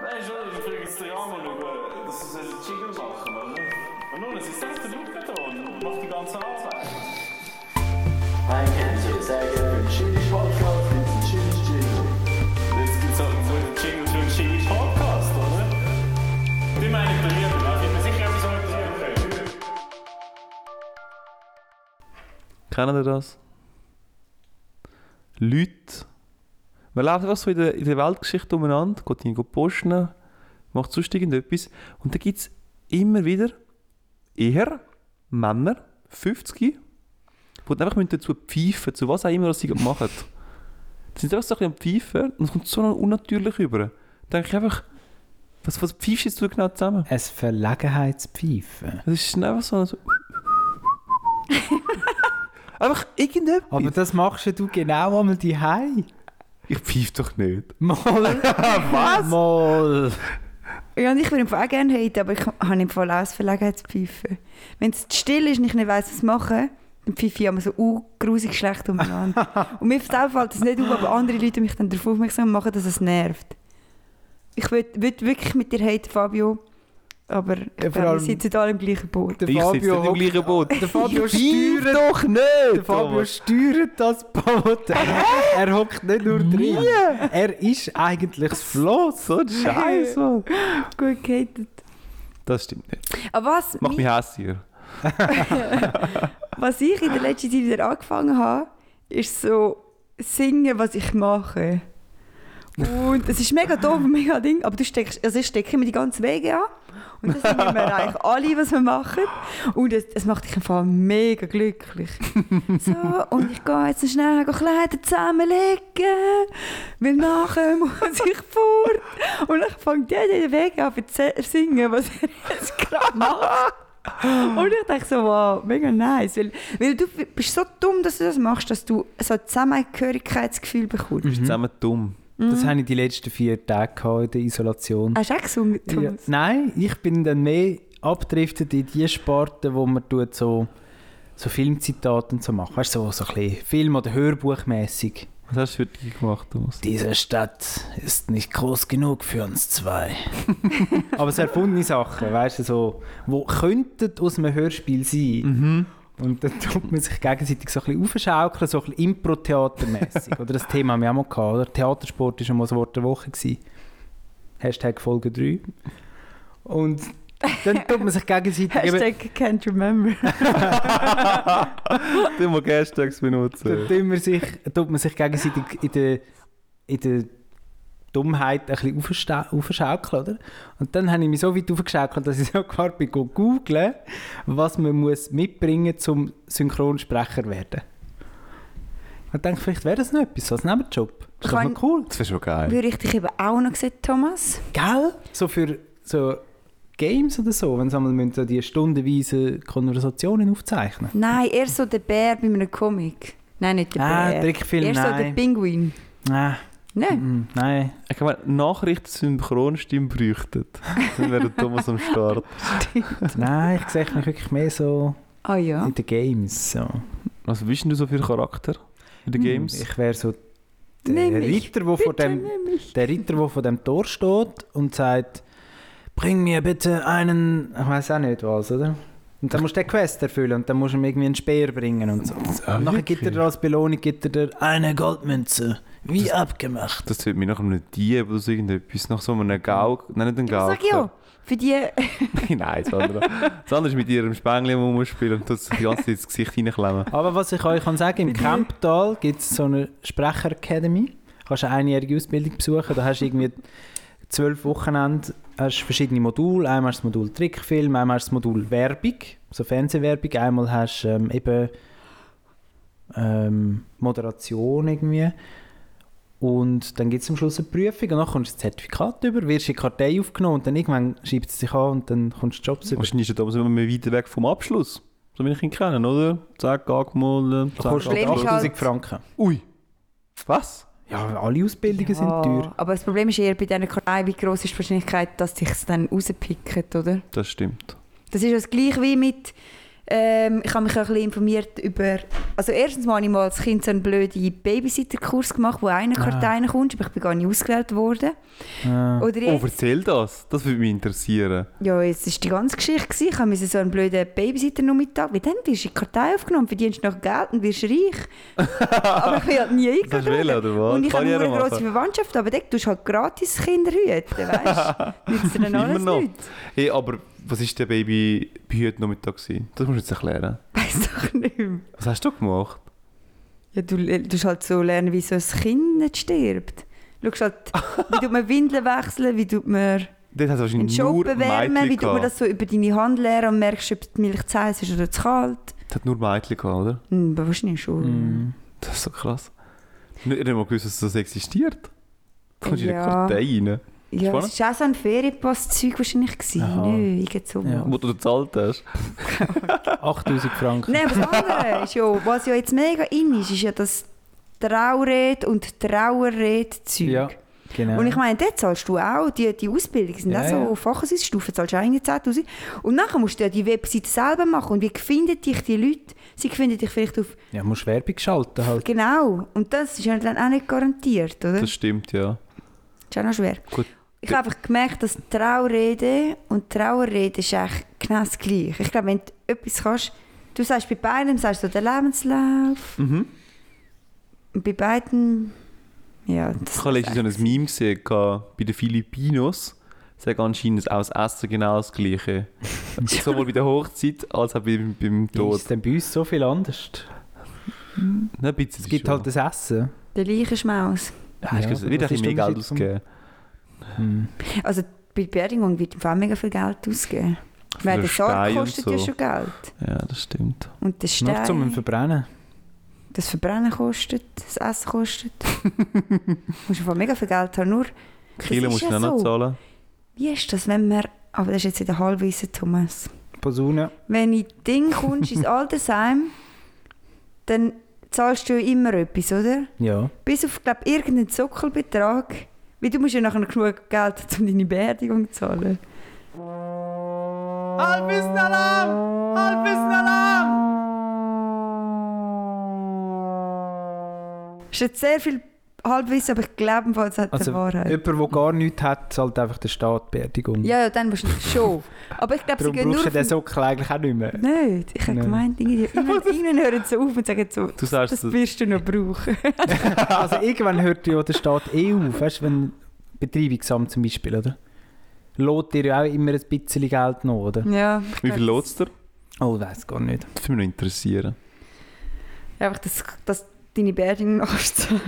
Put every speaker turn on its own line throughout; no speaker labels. Nein, schon, ich bringe jetzt den Rahmen schauen. Das ist ein Jingle machen, oder? Und nun, es ist selbst der Luftbeton und macht die ganze Arbeit.
Ein Kännchen, sehr gerne für den Chili-Podcast, gibt es einen Chili-Jingle.
Jetzt gibt es halt so einen Jingle für einen Jingle Podcast, oder? Die meine ich bei mir, da bin mir sicher, dass ich so etwas anfange.
Kennen ihr das? Leute. Man läuft einfach so in der, in der Weltgeschichte umeinander, geht in geht posten, macht sonst irgendetwas. Und dann gibt es immer wieder eher Männer, 50, die dann einfach müssen dazu pfeifen, zu was auch immer was sie gerade machen. Die sind einfach so ein bisschen am Pfeifen und es kommt so unnatürlich über. Da denke ich einfach, was, was pfeifst du jetzt so genau zusammen?
Ein Verlegenheitspfeifen.
Das ist einfach so. so einfach irgendetwas.
Aber das machst ja du genau einmal die Hei.
ich pfeife doch nicht.
Mal.
Was?
Mal.
Ja, und ich würde im Fall auch gerne haten, aber ich habe im Fall auch ein Verlegenheitspfeifen. Wenn es zu still ist und ich nicht weiss, was machen, dann pfeife ich immer so grusig schlecht umeinander. und mir selber fällt halt das nicht auf, aber andere Leute mich dann darauf aufmerksam machen, dass es nervt. Ich würde würd wirklich mit dir haten, Fabio, aber ich
vor
glaub, wir
allem-
sitzen alle im gleichen Boot.
Der
Ich sitze nicht im
hockt-
gleichen Boot.
Der Fabio
Pfeif
steuert
doch nicht!
Der Fabio
Thomas.
steuert das Boot. Er, er hockt nicht nur drin. Er ist eigentlich das Floß.
so ein Scheiß, Mann.
Gut gehatet.
Das stimmt nicht.
Aber was,
Mach
mi-
mich hässiger.
was ich in der letzten Zeit wieder angefangen habe, ist so singen, was ich mache. Und es ist mega doof, und mega Ding, aber du steckst, also ich stecke immer die ganzen Wege an und das sind wir eigentlich alle, was wir machen. Und es, es macht dich einfach mega glücklich. So, und ich gehe jetzt noch schnell go Kleider zusammenlegen, weil nachher muss ich fort. Und ich fange dann den Weg an für zu singen, was er jetzt gerade macht. Und ich dachte so, wow, mega nice. Weil, weil du bist so dumm, dass du das machst, dass du so ein Zusammengehörigkeitsgefühl
Mhm.
bekommst.
Bist zusammen dumm.
Das hatte ich die letzten vier Tage gehabt in der Isolation.
Hast du auch gesungen,
Ja.
Thomas?
Nein, ich bin dann mehr abgedriftet in die Sparte, wo man tut so, so Filmzitate und so macht. Weißt du, so, so ein bisschen Film- oder Hörbuchmäßig.
Was hast du für dich gemacht, Thomas?
Diese Stadt ist nicht groß genug für uns zwei. Aber es erfundene Sachen, weißt du, so, wo könnten aus einem Hörspiel sein. Und dann tut man sich gegenseitig so ein bisschen aufschaukeln, so ein bisschen Impro-Theatermäßig. oder das Thema haben wir auch mal gehabt, oder? Theatersport war schon mal das Wort der Woche. Gewesen. Hashtag Folge 3. Und dann tut man sich gegenseitig. eben-
Hashtag can't remember.
Du musst Hashtags
Dann
benutzen.
tut man sich, tut man sich gegenseitig in der, in der Dummheit ein bisschen aufschau- aufschaukeln, oder? Und dann habe ich mich so weit aufgeschaukelt, dass ich sogar bin go googlen, was man muss mitbringen muss, um Synchronsprecher zu werden. Und denke, vielleicht wäre das noch etwas, so als Nebenjob. Das ist doch
Kann-
noch cool.
Das wäre schon geil.
Würde ich dich eben auch noch sehen, Thomas?
Gell? So für so Games oder so, wenn sie einmal müssen, so die stundenweise Konversationen aufzeichnen
Nein, eher so der Bär bei einem Comic. Nein, nicht der
Ah,
Bär.
Trickfilm,
eher so der Äh.
nein.
Pinguin. Ne?
Nein,
Nein.
mm, nein.
Ich meine, Nachrichten synchronstimme bräuchten. Dann wäre der Thomas am Start.
Nein, ich sehe mich wirklich mehr so
Ah ja.
in den Games. So.
Was wissen du so für Charakter in den Games?
Hm, Ich wäre so der
Nimm mich.
Ritter, wo vor
Bitte
dem,
nimm mich.
der Ritter, der vor dem Tor steht und sagt, bring mir bitte einen, ich weiß auch nicht was, oder? Und dann musst du eine Quest erfüllen und dann musst du ihm irgendwie einen Speer bringen und so.
Ah,
und nachher
wirklich?
gibt er dir als Belohnung gibt er dir eine Goldmünze. Wie abgemacht.
Das tut mir nach einem Dieb oder so irgendetwas. Nach so einem Gauk. Nein, nicht einem
Ich
Gauk.
sag ja, für die...
Nein, das andere. Das andere ist mit ihrem Spängli, wo man spielen und das die ganze Zeit ins Gesicht reinklemmen.
Aber was ich euch kann sagen, im Kemptal gibt es so eine Sprecherakademie. Du kannst eine einjährige Ausbildung besuchen. Da hast du irgendwie zwölf Wochenende hast verschiedene Module. Einmal hast du das Modul Trickfilm, einmal hast du das Modul Werbung, so Fernsehwerbung. Einmal hast du ähm, eben ähm, Moderation irgendwie. Und dann gibt es am Schluss eine Prüfung und dann kommst du ein Zertifikat über, wirst in die Kartei aufgenommen und dann irgendwann schreibt es dich an und dann kommst du Jobs über.
Wahrscheinlich ist der Thomas immer mehr weiter weg vom Abschluss. So wie ich ihn kenne, oder? Zack, angemolden,
Da kostet
Problem ist
8000
halt-
Franken.
Ui! Was?
Ja, alle Ausbildungen sind
Ja,
teuer.
Aber das Problem ist eher bei diesen Kartei, wie gross ist die Wahrscheinlichkeit, dass sich dann rauspicken, oder?
Das stimmt.
Das ist ja das gleiche wie mit Ähm, ich habe mich auch ein bisschen informiert über... Also erstens mal habe ich mal als Kind so einen blöden Babysitterkurs gemacht, wo einer
Ah.
Karteien kommt, aber ich bin gar nicht ausgewählt worden.
Ah.
Oder
Oh,
jetzt,
erzähl das. Das würde mich interessieren.
ja, jetzt war die ganze Geschichte. Gewesen. Ich habe so einen blöden Babysitter-Nachmittag. Wie denn? Du hast in die Kartei aufgenommen, verdienst noch Geld und wirst reich. aber ich bin halt nie
Das
eingeladen
ist Wille,
worden.
oder was?
Und ich habe
Karriere
eine grosse
machen.
Verwandtschaft, aber dort tust du halt gratis Kinder hüten, weißt du? Nützt dir dann
Immer
alles
noch.
nichts.
Hey, aber was war der Baby bei heute Nachmittag? gewesen? Das musst du jetzt erklären.
Weiss doch nicht mehr.
Was hast du gemacht?
Ja, du l- tust halt so lernen, wie so ein Kind nicht stirbt. Schaust halt, wie tut man Windeln wechseln, wie tut man
Dort hast du
einen
wahrscheinlich
Job
nur
bewärmen,
Mädchen
wie tut man
gehabt.
das so über deine Hand leeren und merkst, ob die Milch zu heiß ist oder zu kalt.
Das hat nur Mädchen gehabt, oder?
Hm, aber wahrscheinlich schon.
Mm.
Das ist so krass. Nicht nicht mal gewusst, dass das existiert. Da kommst du in
Ja.
eine Kartei rein,
Ja,
Spannend.
es war auch so ein Ferienpass-Zeug wahrscheinlich.
Aha.
Nein, ich gehe so
Ja.
mal.
wo du gezahlt hast.
8000 Franken.
Nein, aber das andere ist ja, was ja jetzt mega in ist, ist ja das Traured und Trauerred-Zeug.
Ja, genau.
Und ich meine, dort zahlst du auch, die, die Ausbildung sind
Ja,
auch so
ja.
Fachausweisstufen, zahlst du auch irgendwie 10'000. Und nachher musst du ja die Webseite selber machen. Und wie finden dich die Leute? Sie finden dich vielleicht auf...
ja, musst Werbung schalten halt.
Genau. Und das ist ja dann auch nicht garantiert, oder?
Das
Das
stimmt, ja.
ist auch noch schwer.
Gut.
Ich habe einfach gemerkt, dass Traurede und Trauerrede ist eigentlich genau das Gleiche. Ich glaube, wenn du etwas kannst... Du sagst bei beidem, sagst du so den Lebenslauf.
Mhm.
Und bei beiden... Ja, das
Ich habe letztens so ein Meme gesehen gehabt, bei den Filipinos. Sagen anscheinend auch das Essen genau das Gleiche. Sowohl bei der Hochzeit als auch beim, beim
Ja,
Tod.
Ist denn bei uns so viel anders?
Nein, ein bisschen
Es gibt
schon.
halt das Essen.
Der Leichenschmaus.
Ja, hast du
Ja,
gesehen, wird
was
ein
ist
mehr
der
Geld
Unterschied
ausgegeben.
Hm.
Also bei der Beerdigung wird im Fall mega viel Geld ausgegeben. Weil
den
der Sarg
Stein und
kostet ja
so.
schon Geld.
Ja, das stimmt.
Und der
Nur zum
Stein,
Verbrennen.
das Verbrennen kostet, das Essen kostet. musst du mega viel Geld haben. Nur,
Kilo
ist
musst du
ja
auch noch
so.
zahlen.
wie ist das, wenn man... Aber das ist jetzt wieder halbweise Thomas.
Posaune.
Wenn in Ding kommst, ins Altersheim, dann zahlst du ja immer etwas, oder?
Ja.
Bis auf, glaube ich, irgendeinen Sockelbetrag. Weil du musst ja nachher noch genug Geld haben, um deine Beerdigung zu zahlen. Halbwissen Alarm! Halbwissen Alarm! Es ist jetzt sehr viel Halbwissen, aber ich glaube, im Fall, es hat
Also,
der Wahrheit.
Jemand, der gar nichts hat, zahlt einfach den Staat die Beerdigung.
Ja, ja, dann wahrscheinlich schon. Aber ich glaube, sie
Darum
gehen nur
brauchst du
auf
den
den
Sockel eigentlich auch nicht mehr.
Nicht. Ich habe
Nein.
gemeint, irgendwann hören sie auf und sagen so,
Du sagst,
das
das-
wirst du noch brauchen.
also irgendwann hört ja der Staat eh auf. Weißt du, wenn Betreibungsamt zum Beispiel, oder? Lot dir ja auch immer ein bisschen Geld noch, oder?
ja, ich
Wie viel
glaub,
lohnt es dir?
Oh, weiß gar nicht.
Das würde mich noch interessieren.
Einfach, dass, dass deine Beerdigung nachzahlt.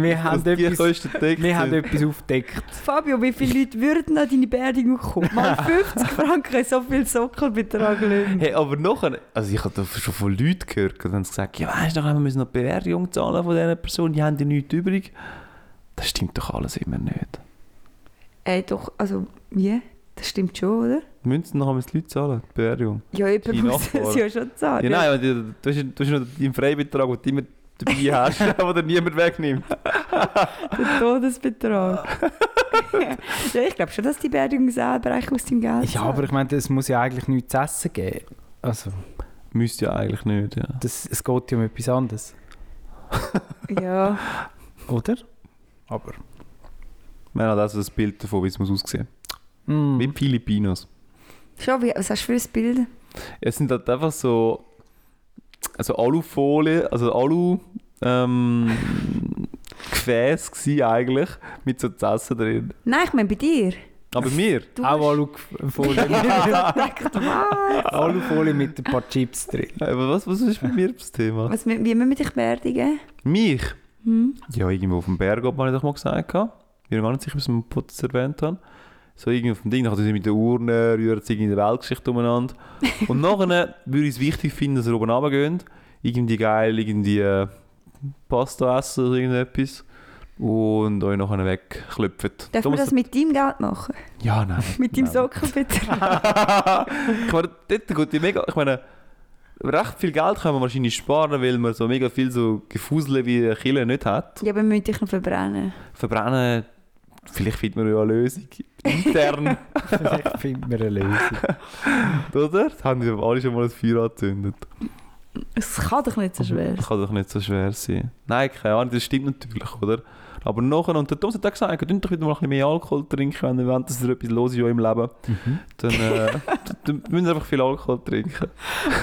Wir haben,
Dass die
etwas,
Kosten deckt
wir haben
sind.
etwas aufgedeckt.
Fabio, wie viele Leute würden an deine Beerdigung kommen? Mal 50 Franken, so viel Sockelbetrag lassen.
Hey, aber nachher, also ich habe da schon von Leuten gehört, die haben gesagt, ja weißt du, nachher müssen wir noch die Beerdigung zahlen von dieser Person, die haben ja nichts übrig. Das stimmt doch alles immer nicht.
Ey, doch, also, wie? Das stimmt schon, oder?
Münzen nachher müssen die Leute zahlen, die Beerdigung.
Ja, jemand
Die
muss es
Nachbarn. Genau,
ja schon zahlen.
Ah, Ja, nein, aber du, du, hast, du hast noch deinen Freibetrag, den du immer dabei hast, den dir niemand wegnimmt.
Der Todesbetrag. ja, ich glaube schon, dass die Beerdigung selber eigentlich aus dem Geld
Ja, aber ich meine, es muss ja eigentlich nichts zu essen geben. Also,
Müsste ja eigentlich nicht, ja.
das, es geht ja um etwas anderes,
zahlt. Ja,
oder? Aber.
Man hat also das Bild davon, wie es muss aussehen.
mm.
Wie die Filipinos.
schon, wie, was hast du für ein Bild?
Es sind halt einfach so also Alufolie, also Alu ähm, Gefäße gsi eigentlich mit so Tassen drin.
Nein, ich meine bei dir.
Aber mir,
Du
auch Alufolie
Dachte, was?
Alufolie mit ein paar Chips drin.
aber was, was ist mit mir das Thema?
was? Wie müssen wir dich beerdigen?
Mich?
Hm?
Ja, irgendwo auf dem Berg, ob man das mal gesagt gehabt. Ich bin mir gar nicht sicher, ob ich es im Podcast erwähnt habe. So irgendwie auf dem Ding, dann sie mit der Urne, rühren sie irgendwie in der Weltgeschichte umeinander. Und nachher würde ich es wichtig finden, dass ihr oben runtergehen. Irgendwie geil, irgendwie äh, Pasta essen oder irgendetwas. Und euch nachher wegklopfen.
Darf man das mit deinem Geld machen?
Ja, nein.
Mit deinem
Nein.
Sockelbetrag?
ich meine, dort geht die mega... Ich meine, recht viel Geld kann man wahrscheinlich sparen, weil man so mega viel so Gefusel wie Chile nicht hat.
Ja, aber wir müssen dich noch verbrennen.
Verbrennen Vielleicht finden wir ja eine Lösung. Intern,
Vielleicht finden wir eine Lösung.
oder? Das haben ja alle schon mal ein Feuer angezündet.
Es kann doch nicht so schwer
Das kann doch nicht so schwer sein. Nein, keine Ahnung, das stimmt natürlich, oder? Aber nachher, und der Thomas hat auch gesagt, ihr könnt doch wieder mal ein bisschen mehr Alkohol trinken, wenn ihr wollt, dass ihr etwas los ist ja im Leben. Dann, äh, dann müsst ihr einfach viel Alkohol trinken.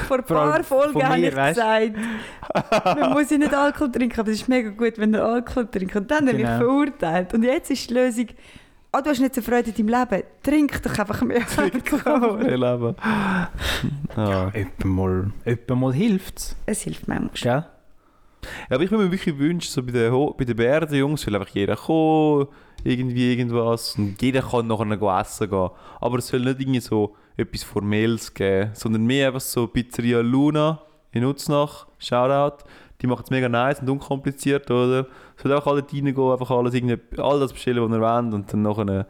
Vor ein
Vor allem
paar Folgen
von
habe
mir,
ich
weißt
gesagt, man muss ja nicht Alkohol trinken, aber es ist mega gut, wenn er Alkohol trinkt. Und dann habe ich
Genau.
verurteilt. Und jetzt ist die Lösung, ah, du hast nicht so Freude in deinem Leben, trink doch einfach mehr Alkohol.
Im Leben. Ah.
Etwa mal, etwa mal hilft es.
Es hilft manchmal.
Gell?
Ja, aber ich würde mir wirklich wünschen, so bei den, Ho- bei den Beerdigungen soll einfach jeder kommen, irgendwie irgendwas, und jeder kann nachher noch go essen gehen. Aber es soll nicht irgendwie so etwas Formelles geben, sondern mehr einfach so Pizzeria Luna in Uznach, Shoutout, die macht es mega nice und unkompliziert, oder? Es soll einfach alle reingehen, einfach alles, irgendwie- all das bestellen, was ihr wollt, und dann nachher äh,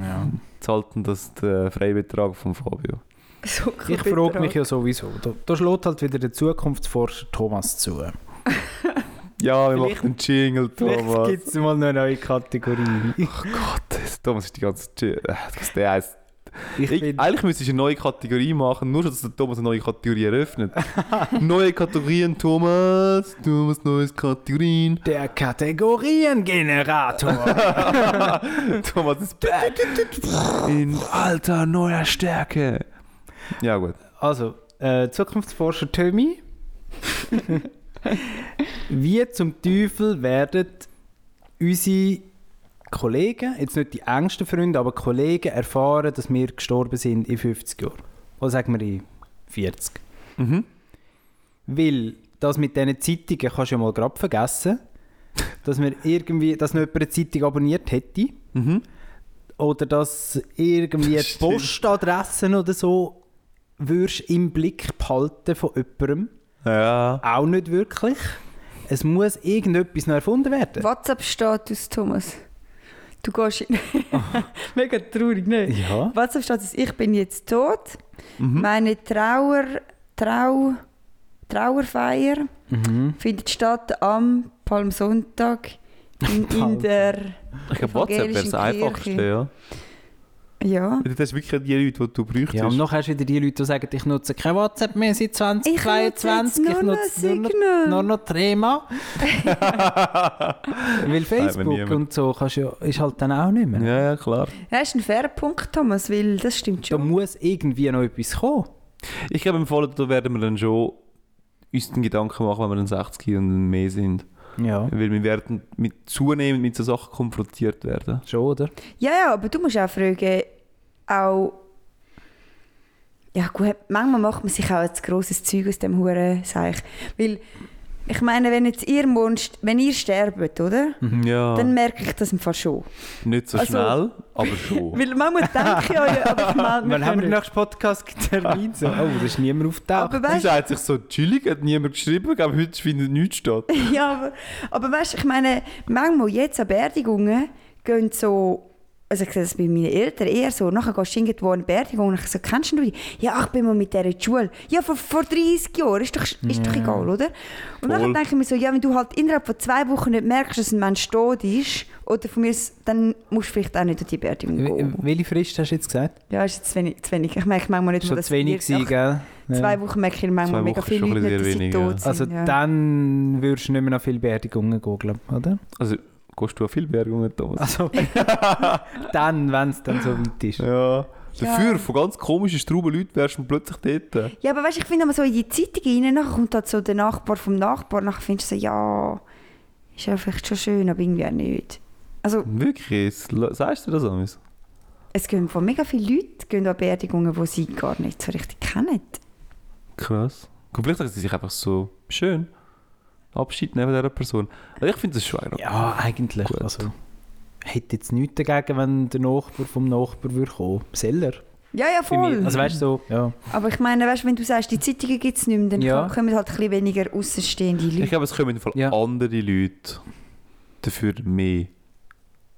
Ja.
zahlt dann das den Freibetrag von Fabio.
So
Ich frage mich ja sowieso. Da, da schlägt halt wieder der Zukunftsforscher Thomas zu.
Ja, wir
Vielleicht-
machen einen Jingle,
Vielleicht
Thomas. Oh
gibt es mal eine neue Kategorie.
Gott, Thomas ist die ganze... Jing- Was der heißt.
Ich
Ich,
bin,
eigentlich müsstest du eine neue Kategorie machen, nur schon, dass der Thomas eine neue Kategorie eröffnet. neue Kategorien, Thomas. Thomas, neues Kategorien.
der Kategoriengenerator.
Thomas ist back. In alter neuer Stärke. Ja, gut.
also, äh, Zukunftsforscher Tommy. Wie zum Teufel werden unsere Kollegen, jetzt nicht die engsten Freunde, aber Kollegen erfahren, dass wir gestorben sind in 50 Jahren? Oder sagen wir in 40?
Mhm.
Weil das mit diesen Zeitungen kannst du ja mal gerade vergessen. Dass, wir irgendwie, dass nicht jemand eine Zeitung abonniert hätte.
Mhm.
Oder dass irgendwie die
Stimmt.
Postadressen oder so würdest im Blick behalten von jemandem.
Ja.
Auch nicht wirklich. Es muss irgendetwas noch erfunden werden.
WhatsApp-Status, Thomas. Du gehst in... mega traurig, ne?
Ja.
WhatsApp-Status, ich bin jetzt tot.
Mhm.
Meine Trauer... Trau... Trauerfeier
Mhm.
findet statt am Palmsonntag in, in der...
Ich glaube, WhatsApp wäre das
Evangelischen
Einfachste,
Kirche.
ja.
Ja.
Weil Das sind wirklich die Leute, die du bräuchtest.
Ja, und noch hast du wieder die Leute, die sagen, ich nutze kein WhatsApp mehr seit
Ich nutze jetzt
2022,
nur noch Signal.
nur noch Trema. Weil Facebook
niemand.
und so kannst du ja, ist halt dann auch nicht mehr.
ja, ja, klar.
Das ist ein fairer Punkt, Thomas, weil das stimmt
Da
schon.
muss irgendwie noch etwas kommen.
Ich glaube, im Fall, da werden wir dann schon uns den Gedanken machen, wenn wir dann 60 und mehr sind.
Ja.
Weil wir werden mit, zunehmend mit so Sachen konfrontiert werden.
Schon, oder?
Ja, ja, aber du musst auch fragen, auch... Ja gut, manchmal macht man sich auch ein grosses Zeug aus dem Huren, sag ich. Weil, ich meine, wenn jetzt ihr morgen, st- wenn ihr sterbt, oder?
Mhm.
Ja.
Dann merke ich das im Fall schon.
Nicht so
Also-
schnell, aber schon.
Weil manchmal denke ich ja, aber ich meine, wir
Oh. Wann haben wir
können
den
nicht.
nächsten Podcast-Termin? So, oh, da ist niemand aufgetaucht.
Aber
Sie
weißt
sagt sich so, chillig, hat niemand geschrieben, aber heute findet nichts statt.
ja, aber, aber weißt, ich meine, manchmal jetzt an Beerdigungen gehen so, also ich sehe das bei meinen Eltern eher so, nachher gehst du irgendwo an eine Beerdigung und ich so, kennst du die? Ja, ich bin mal mit der in die Schule. Ja, vor, vor 30 Jahren, ist doch, ist doch egal, oder?
Voll.
Und dann denke ich mir so, ja, wenn du halt innerhalb von zwei Wochen nicht merkst, dass ein Mensch tot ist, oder von mir aus, dann musst du vielleicht auch nicht an die Beerdigung
W-
gehen.
Welche Frist hast du jetzt gesagt?
Ja, ist jetzt zu wenig. Zu wenig. Ich merke manchmal nicht,
Schon
dass
zu wenig
wir-
gewesen, gell? Ja.
Zwei Wochen merke ich manchmal
Zwei
mega
Wochen
viele
ist schon
Leute,
ein
nicht, dass
bisschen
sie
sehr wenig,
tot sind.
Also
ja.
dann würdest du nicht mehr an viele Beerdigungen gehen, glaube ich, oder?
Also, gehst du an viele Bergungen, Thomas?
Also, dann, wenn es dann so weit ist.
Ja. Dafür, von ganz komischen, strauben Leuten wärst du plötzlich dort.
Ja, aber weißt, ich finde immer so in die Zeitung rein, nachher kommt halt so der Nachbar vom Nachbar, nachher findest du so, ja, ist ja vielleicht schon schön, aber irgendwie auch nicht. Also,
Wirklich? S- la- Sagst du das Amis?
es gehen von mega viele Leute gehen an Beerdigungen, die sie gar nicht so richtig kennen.
Krass. Gut, vielleicht sagen sie sich einfach so, schön, Abschied nehmen dieser Person. Also ich finde das schon ja.
Ja, eigentlich.
Gut.
Also, hätte jetzt nichts dagegen, wenn der Nachbar vom Nachbar würde kommen. Seller.
Ja, ja,
Für mich.
voll.
Also, weißt du, so, ja.
aber ich meine, weißt, wenn du sagst, die Zeitungen gibt es nicht mehr, dann
Ja.
kommen halt ein bisschen weniger außenstehende
Ich
Leute.
glaube, es kommen im Fall
Ja.
andere Leute dafür mehr.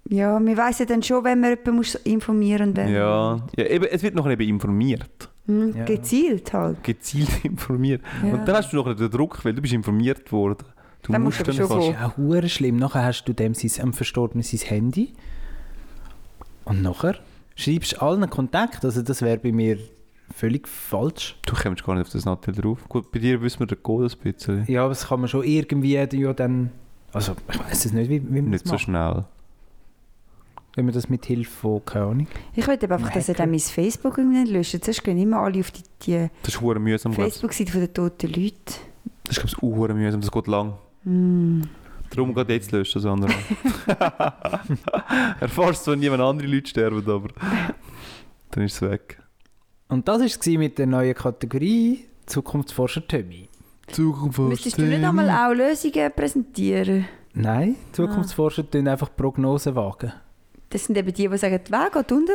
Ja, wir weiss ja dann schon, wenn man jemanden muss informieren muss.
Ja. ja eben, es wird noch eben informiert.
Hm,
Ja.
Gezielt halt.
Gezielt informiert.
Ja.
Und dann hast du noch den Druck, weil du bist informiert worden. Du
Dann musst du aber schon
fast-
gehen.
Ja, hure schlimm. Nachher hast du dem sein, am Verstorbenen sein Handy. Und nachher schreibst du allen Kontakt. Also das wäre bei mir völlig falsch.
Du kommst gar nicht auf das Nattel drauf. Gut, bei dir wissen wir den Code ein bisschen.
Ja, aber das kann man schon irgendwie ja dann... Also ich weiß es nicht, wie, wie man
Nicht
das
so
macht.
schnell.
Wenn man das mit Hilfe von, keine Ahnung.
Ich will aber einfach, dass er dann mein Facebook irgendwie nicht löscht. Sonst gehen immer alle auf die, die
Das ist hure mühsam, glaub ich.
Facebook-Seite der toten Leute.
Das ist, glaube ich, auch hure mühsam. Das geht lang. Darum geht jetzt löscht das andere. Erfährst du, wenn jemand andere Leute sterben, aber dann ist es weg.
Und das war es mit der neuen Kategorie Zukunftsforscher Tommy.
Müsstest du nicht einmal auch Lösungen präsentieren?
Nein,
Ah.
Zukunftsforscher tun einfach Prognosen wagen.
Das sind eben die, die sagen, der Weg geht unter,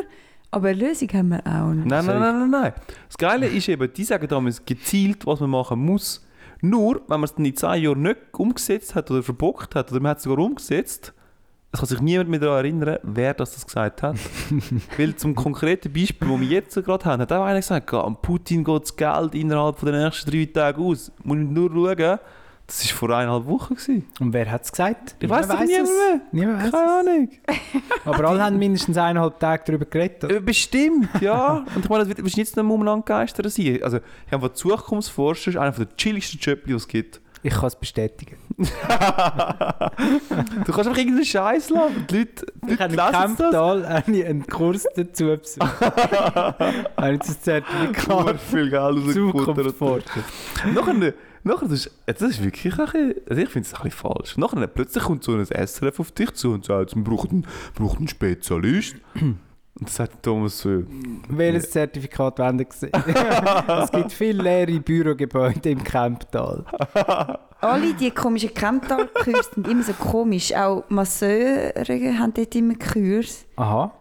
aber eine Lösung haben wir auch nicht.
Nein,
Sorry.
nein, nein, nein, nein. Das Geile ist eben, die sagen damals gezielt, was man machen muss. Nur, wenn man es dann in zehn Jahren nicht umgesetzt hat oder verbockt hat oder man hat es sogar umgesetzt, es kann sich niemand mehr daran erinnern, wer das, das gesagt hat. Weil zum konkreten Beispiel, das wir jetzt gerade haben, hat auch einer gesagt, an Putin geht das Geld innerhalb der nächsten drei Tage aus. Muss ich nur schauen, das war vor eineinhalb Wochen. Gewesen.
Und wer hat es gesagt?
Ich weiß doch niemand mehr.
Niemand weiss
Keine Ahnung.
es. Aber alle haben mindestens eineinhalb Tage darüber geredet.
Äh, Bestimmt, ja. Und ich meine, das wird bestimmt jetzt nicht mehr umeinander geistern sein. Also, ich habe von Zukunftsforscher, ist einer der chilligsten Jobs, die es gibt.
Ich kann es bestätigen.
du kannst einfach irgendeinen Scheiß lassen. Die Leute, die
Ich
Leute
habe
lesen
in
das.
Kemptal habe ich einen Kurs dazu besucht. habe ich das
Super
Zertifikat
viel Geld rausgefuttert.
Zukunftsforscher.
Nachher, nachher das, ist, das ist wirklich ein bisschen, also ich finde es ein bisschen falsch. Nachher plötzlich kommt so ein SRF auf dich zu und sagt, man braucht einen, braucht einen Spezialist. Und dann sagt Thomas so,
Welches Zertifikat wenden gesehen? es gibt viele leere Bürogebäude im Kemptal.
Alle die komischen Camptal-Kurse sind immer so komisch. Auch Masseure haben dort immer Kurs.
Aha.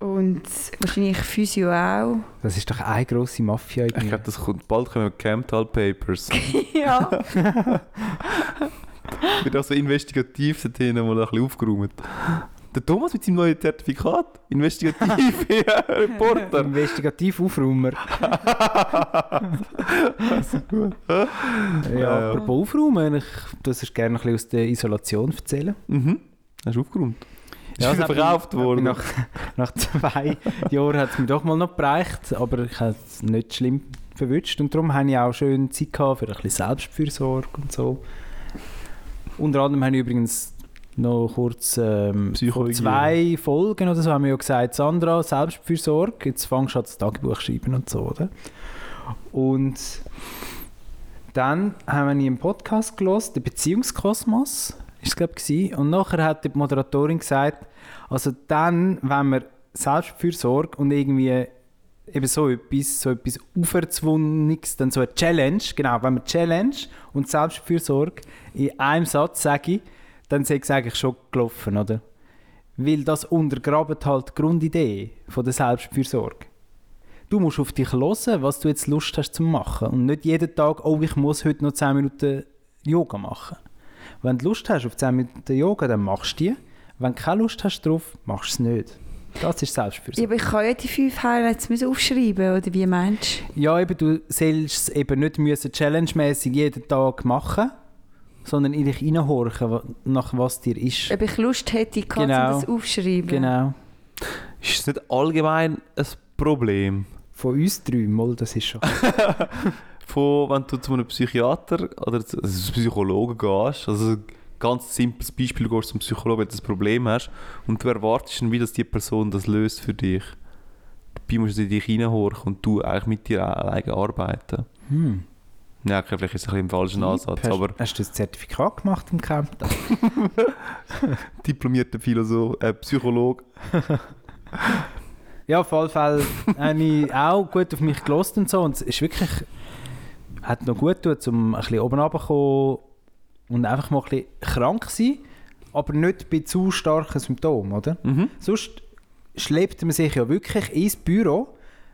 Und wahrscheinlich Physio auch.
Das ist doch eine grosse Mafia in
ich
mir.
glaube, das kommt, bald kommen Camptal Papers.
ja.
wird auch so investigativ dorthin mal ein bisschen aufgeräumt. Der Thomas mit seinem neuen Zertifikat, investigativ Reporter.
Investigativ Aufräumer. Ja,
Ja.
apropos Aufräumen, ich das ist gerne ein bisschen aus der Isolation erzählen.
mhm. Hast du aufgeräumt? Ist
Ja,
wieder
es hat
verkauft
mich-
worden.
Nach, nach zwei Jahren hat es mir doch mal noch gereicht, aber ich habe es nicht schlimm verwünscht und darum hatte ich auch schön Zeit gehabt für ein bisschen Selbstfürsorge und so. Unter anderem habe ich übrigens noch kurz ähm, vor
Psychologie.
zwei Folgen oder so haben wir ja gesagt, Sandra, Selbstfürsorge, jetzt fangst du an das Tagebuch schreiben und so, oder? Und dann haben wir einen Podcast gelesen, den Beziehungskosmos, ist es glaube ich, und nachher hat die Moderatorin gesagt, also dann, wenn man Selbstfürsorge und irgendwie eben so etwas, so etwas Auferzwungenes, dann so eine Challenge, genau, wenn man Challenge und Selbstfürsorge in einem Satz sage, dann sei es eigentlich schon gelaufen, oder? Weil das untergrabt halt die Grundidee von der Selbstfürsorge. Du musst auf dich hören, was du jetzt Lust hast zu machen und nicht jeden Tag, oh, ich muss heute noch 10 Minuten Yoga machen. Wenn du Lust hast auf 10 Minuten Yoga, dann machst du die. Wenn du keine Lust hast drauf, machst du es nicht. Das ist Selbstfürsorge.
ja. Aber ich kann ja die fünf Highlights müssen aufschreiben, oder wie meinst du?
Ja, eben, du sollst es eben nicht müssen challengemäßig jeden Tag machen, sondern in dich reinhorchen, wa- nach was dir ist.
Ob ich Lust hätte, kann
Genau.
das aufschreiben.
Genau.
Ist es nicht allgemein ein Problem?
Von uns drei mal, das ist schon.
Von, wenn du zu einem Psychiater oder zu also zu einem Psychologen gehst, also ein ganz simples Beispiel, du gehst zum Psychologen, wenn du ein Problem hast und du erwartest dann, wie dass die Person das löst für dich. Dabei musst du in dich reinhorchen und du eigentlich mit dir alleine arbeiten.
Hm.
Ja, okay, vielleicht ist es ein bisschen im falschen Ansatz,
hast,
aber
hast du das Zertifikat gemacht im Camp?
diplomierter Philosoph, äh, Psychologe.
Ja, auf jeden Fall äh, habe ich auch gut auf mich gelost und so. Und es ist wirklich, hat noch gut getan, um ein bisschen oben runterzukommen und einfach mal ein bisschen krank zu sein, aber nicht bei zu starken Symptomen, oder?
Mhm.
Sonst schleppt man sich ja wirklich ins Büro,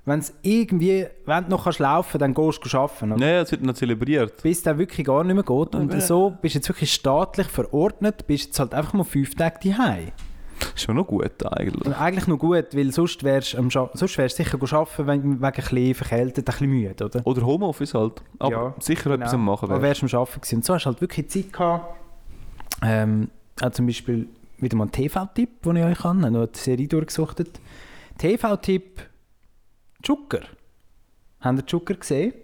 wenn es irgendwie, wenn du noch kannst laufen dann gehst du arbeiten. oder?
Nein, es wird noch zelebriert.
Bis es dann wirklich gar nicht mehr geht. Und so bist du jetzt wirklich staatlich verordnet, bist jetzt halt einfach mal fünf Tage daheim.
Ist mir noch gut eigentlich.
Und eigentlich noch gut, weil sonst wärst du am Scha- sonst wärst du sicher go arbeiten, wenn wegen ein bisschen verkältet, ein bisschen müde, oder?
Oder Homeoffice halt. Aber
Ja,
sicher etwas am Machen
Aber
wäre.
wärst du am Arbeiten gewesen. Und so hast du halt wirklich Zeit gehabt. Ähm, auch zum Beispiel wieder mal einen TV-Tipp, den ich euch kann. Ich habe noch die Serie durchgesuchtet. TV-Tipp Zucker. Habt ihr Zucker gesehen?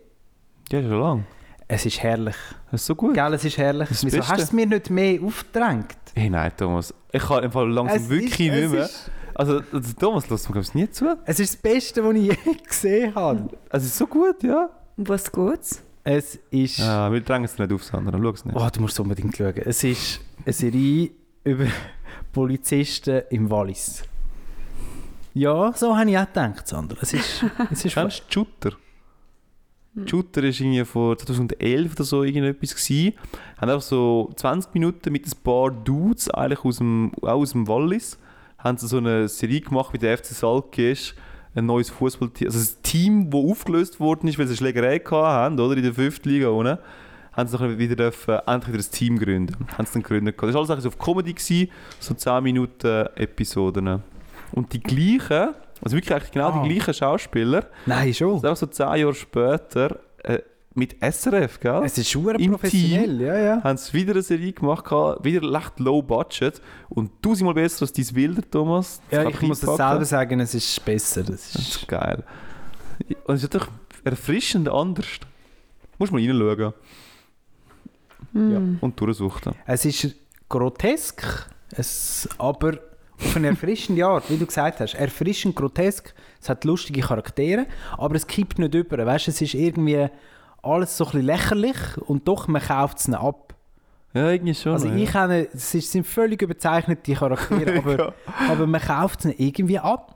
Ja, schon lang.
Es ist herrlich.
Das ist so gut.
Gell, es ist herrlich.
Das
Wieso
Beste.
hast du es mir nicht mehr aufgedrängt?
Hey, nein, Thomas. Ich kann im Fall langsam
Es
wirklich
ist-
nicht
es
mehr.
ist-
Also, also, Thomas lässt mir glaub ich, nie zu.
Es ist das Beste, was ich je gesehen habe.
Es ist so gut, ja.
Um was geht's?
Es ist...
Ah, wir drängen es nicht auf, sondern schau es nicht.
Oh, du musst es unbedingt schauen. Es ist eine Serie über Polizisten im Wallis. Ja, so habe ich auch gedacht, Sandra. Es ist, es ist
Kennst du Shooter? Shooter war irgendwie vor 2011 oder so irgendetwas. Gewesen. Haben einfach so 20 Minuten mit ein paar Dudes, eigentlich aus dem, auch aus dem Wallis, haben sie so eine Serie gemacht, wie der FC Salke ist. Ein neues Fußballteam, also ein Team, das aufgelöst worden ist, weil sie eine Schlägerei gehabt haben, oder? In der fünften Liga unten. Haben sie nachher wieder dürfen, endlich wieder ein Team gründen. Haben sie dann gegründet. gehabt. Das war alles eigentlich so auf Comedy, gewesen, so 10 Minuten Episoden. Und die gleichen, also wirklich eigentlich genau
Ah.
die gleichen Schauspieler,
Nein,
das
schon.
ist einfach so zehn Jahre später äh, mit SRF, gell?
Es ist schwer
Im
professionell, ja, ja.
haben sie wieder eine Serie gemacht, gehabt, wieder recht low budget und tausendmal besser als dein Wilder, Thomas. Das
Ja,
kann
ich muss es
einpacken.
selber sagen, es ist besser. Das
Das
ist,
ist geil. Und es ist natürlich erfrischend anders. Musst mal reinschauen Hm. und durchsuchen.
es ist grotesk, es, aber auf eine erfrischende Art, wie du gesagt hast. Erfrischend, grotesk, es hat lustige Charaktere, aber es kippt nicht über. Weißt, du, es ist irgendwie alles so ein bisschen lächerlich und doch, man kauft es ihnen ab.
Ja, irgendwie schon.
Also
ja.
ich habe, es ist- sind völlig überzeichnete Charaktere, aber, aber man kauft es ihnen irgendwie ab.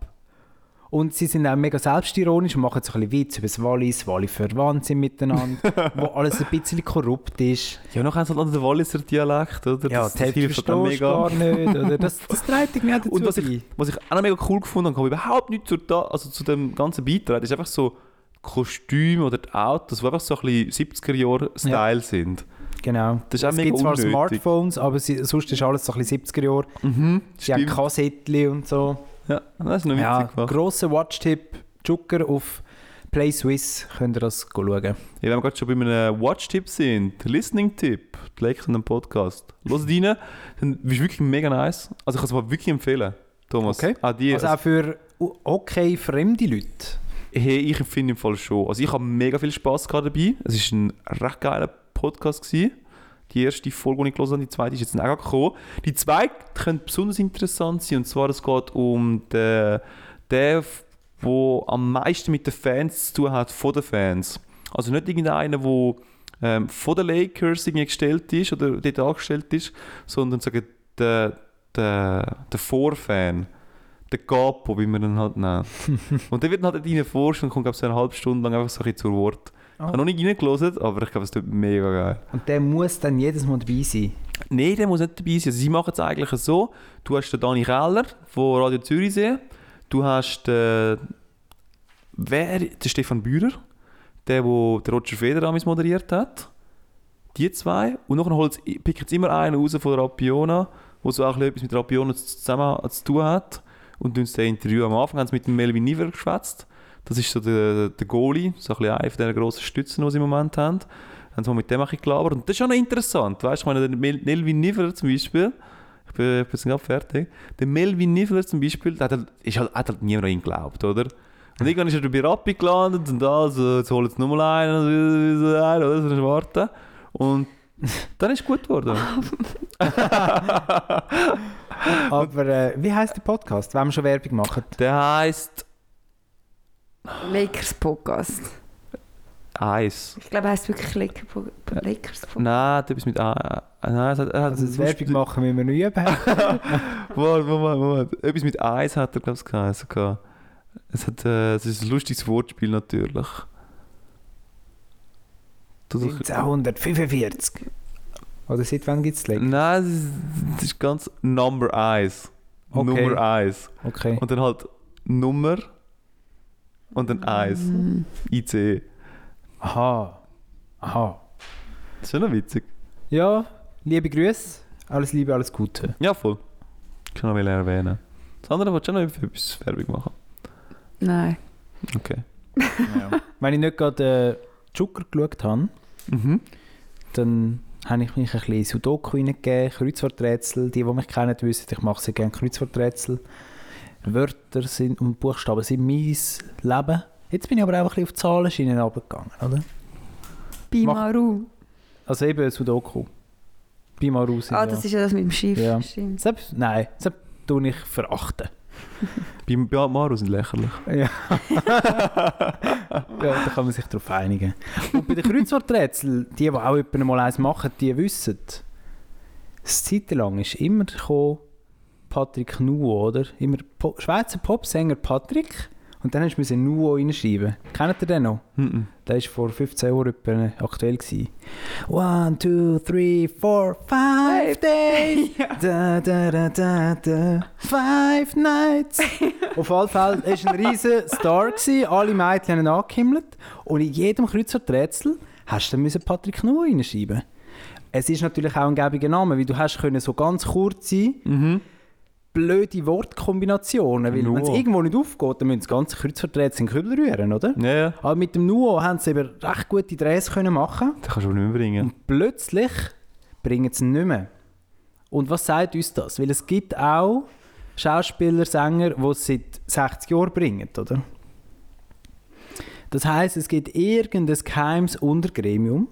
Und sie sind auch mega selbstironisch und machen so ein bisschen Witz über das Wallis, Wallis verwandt sind miteinander, wo alles ein bisschen korrupt ist.
ja, noch haben sie halt noch den Walliser Dialekt, oder?
Ja,
Das-
das,
das
das
hilft halt auch
verstehst du gar nicht. Oder? Das, das trägt irgendwie auch dazu
Und was
bei.
ich, was ich auch noch mega cool gefunden habe, kam überhaupt nicht zu, da, also zu dem ganzen Beitrag, ist einfach so Kostüme oder die Autos, die einfach so ein bisschen 70er-Jahre-Style sind.
Genau.
Das ist auch
es
mega
gibt zwar
unnötig.
Smartphones, aber sie, sonst ist alles so ein bisschen 70er Jahre. Sie haben
Mhm, Stimmt.
Kassettchen und so.
Ja, Ah, das ist noch witzig
Ja,
gemacht.
grosser Watch-Tipp, Joker auf Play Swiss, könnt ihr das schauen.
Ja, wenn wir gerade schon bei einem Watch-Tipp sind, Listening-Tipp, die Likes an dem Podcast, hört rein, dann bist du wirklich mega nice. Also ich kann es mal wirklich empfehlen, Thomas. Ah,
Okay.
Auch dir.
Also auch für o- okay fremde Leute.
Hey, ich empfinde im Fall schon. Also ich habe mega viel Spass gehabt dabei. Es war ein recht geiler Podcast. Gewesen. Die erste Folge, die ich gelesen habe, die zweite ist jetzt auch gerade gekommen. Die zweite könnte besonders interessant sein. Und zwar, es geht um den, den, der am meisten mit den Fans zu tun hat, von den Fans. Also nicht irgendeiner, der ähm, von den Lakers irgendwie gestellt ist oder dort angestellt ist, sondern sagen, der, der, der Vorfan. Der Capo, wie man ihn halt nennt. Und dann wird halt rein forscht und kommt glaub, so eine halbe Stunde lang einfach so ein bisschen zu Wort. Ich habe noch nicht reingelassen, aber ich glaube, es tut mega geil.
Und der muss dann jedes Mal dabei sein.
Nein, der muss nicht dabei sein. Also, sie machen es eigentlich so: Du hast den Dani Keller von Radio Zürichsee, du hast den, wer, den Stefan Bührer, der, wo der Roger Feder damals moderiert hat. Die zwei. Und nachher holt's- pickt es immer einen raus von Rapiona, der so auch ein bisschen etwas mit Rapiona zu- zusammen zu tun hat. Und dann das Interview am Anfang haben sie mit dem Melvin Niver geschwätzt. Das ist so der, der Goalie, so ein bisschen einer von diesen grossen Stützen, die sie im Moment haben haben sie mal mit dem ein bisschen gelabert. Und das ist schon interessant. Weißt du, ich meine, der Mel Melvin Niffler zum Beispiel, ich bin, ich bin jetzt gerade fertig, der Melvin Niffler zum Beispiel, der hat halt, ist halt, hat halt niemand an ihn geglaubt, oder? Und irgendwann ist er bei Rappi gelandet und also, jetzt holen sie nochmal einen, und so, so, so, einen, oder? So einen Schwarzen. Und dann ist es gut geworden.
Aber äh, wie heißt der Podcast, wenn wir schon Werbung machen?
der heisst
Lakers Podcast.
Eis.
Ich glaube, er heißt wirklich Laker Po-
Äh,
Lakers Podcast.
Nein, du bist mit A. äh, Nein, es hat, er hat
Also das Werbung machen, wie wir nie üben.
Moment, Moment, Moment. Etwas mit Eis hat er, glaube ich, geheißen. gehabt. Es, hat, äh, es ist ein lustiges Wortspiel natürlich. Du- du-
1945. Oder seit wann gibt es Lake?
Nein, es ist, es ist ganz Number Eis.
Okay.
Nummer Eis.
Okay.
Und dann halt Nummer und dann Eis. IC.
Aha. Aha.
Das ist schon noch witzig.
Ja, liebe Grüße. Alles Liebe, alles Gute.
Ja, voll. Ich kann noch mal erwähnen. Das andere wollte schon noch etwas Werbung machen.
Nein.
Okay.
Wenn ich nicht gerade äh, Joker geschaut habe,
Mhm.
dann habe ich mich ein bisschen in Sudoku hineingegeben, Kreuzworträtsel. Die, die mich kennen, wissen, ich mache sehr gerne Kreuzworträtsel. Wörter sind und Buchstaben sind mein Leben. Jetzt bin ich aber auch ein bisschen auf Zahlenschienen runtergegangen, oder?
Bimaru.
Also eben Sudoku. Bei Maru sind
Ah, das
ja.
ist ja das mit dem Schiff.
Ja.
Stimmt.
Selbst, nein, das tue ich verachten.
Bei bei Maru sind lächerlich.
Ja. ja, da kann man sich darauf einigen. Und bei den Kreuzworträtseln, die, die auch jemanden mal eins machen, die wissen, das Zeitlang ist immer gekommen, Patrick Nuo, oder? Immer po Schweizer Popsänger Patrick. Und dann hast du Nuo reinschreiben. Kennt ihr den noch?
Mhm.
Der war vor 15 Jahren etwa aktuell. Gewesen. One, two, three, four, five days. Da, da, da, da, da, five nights. Auf alle Fälle war ein riesiger Star. Gewesen. Alle Mädchen haben ihn angehimmelt. Und in jedem Kreuzworträtsel hast du dann müssen Patrick Nuhr reinschreiben Es ist natürlich auch ein gäbiger Name, weil du hast können so ganz kurze, blöde Wortkombinationen. Weil wenn es
Nuhr.
irgendwo nicht aufgeht, dann müssen das ganze Kreuzworträtsel in den Kübel rühren, oder?
Ja, ja.
Aber mit dem Nuo haben sie eben recht gute Drehs können machen.
Das kannst du aber nicht mehr bringen.
Und plötzlich bringen sie ihn nicht mehr. Und was sagt uns das? Weil es gibt auch Schauspieler, Sänger, die es seit 60 Jahren bringen, oder? Das heißt, es gibt irgendein geheimes Untergremium,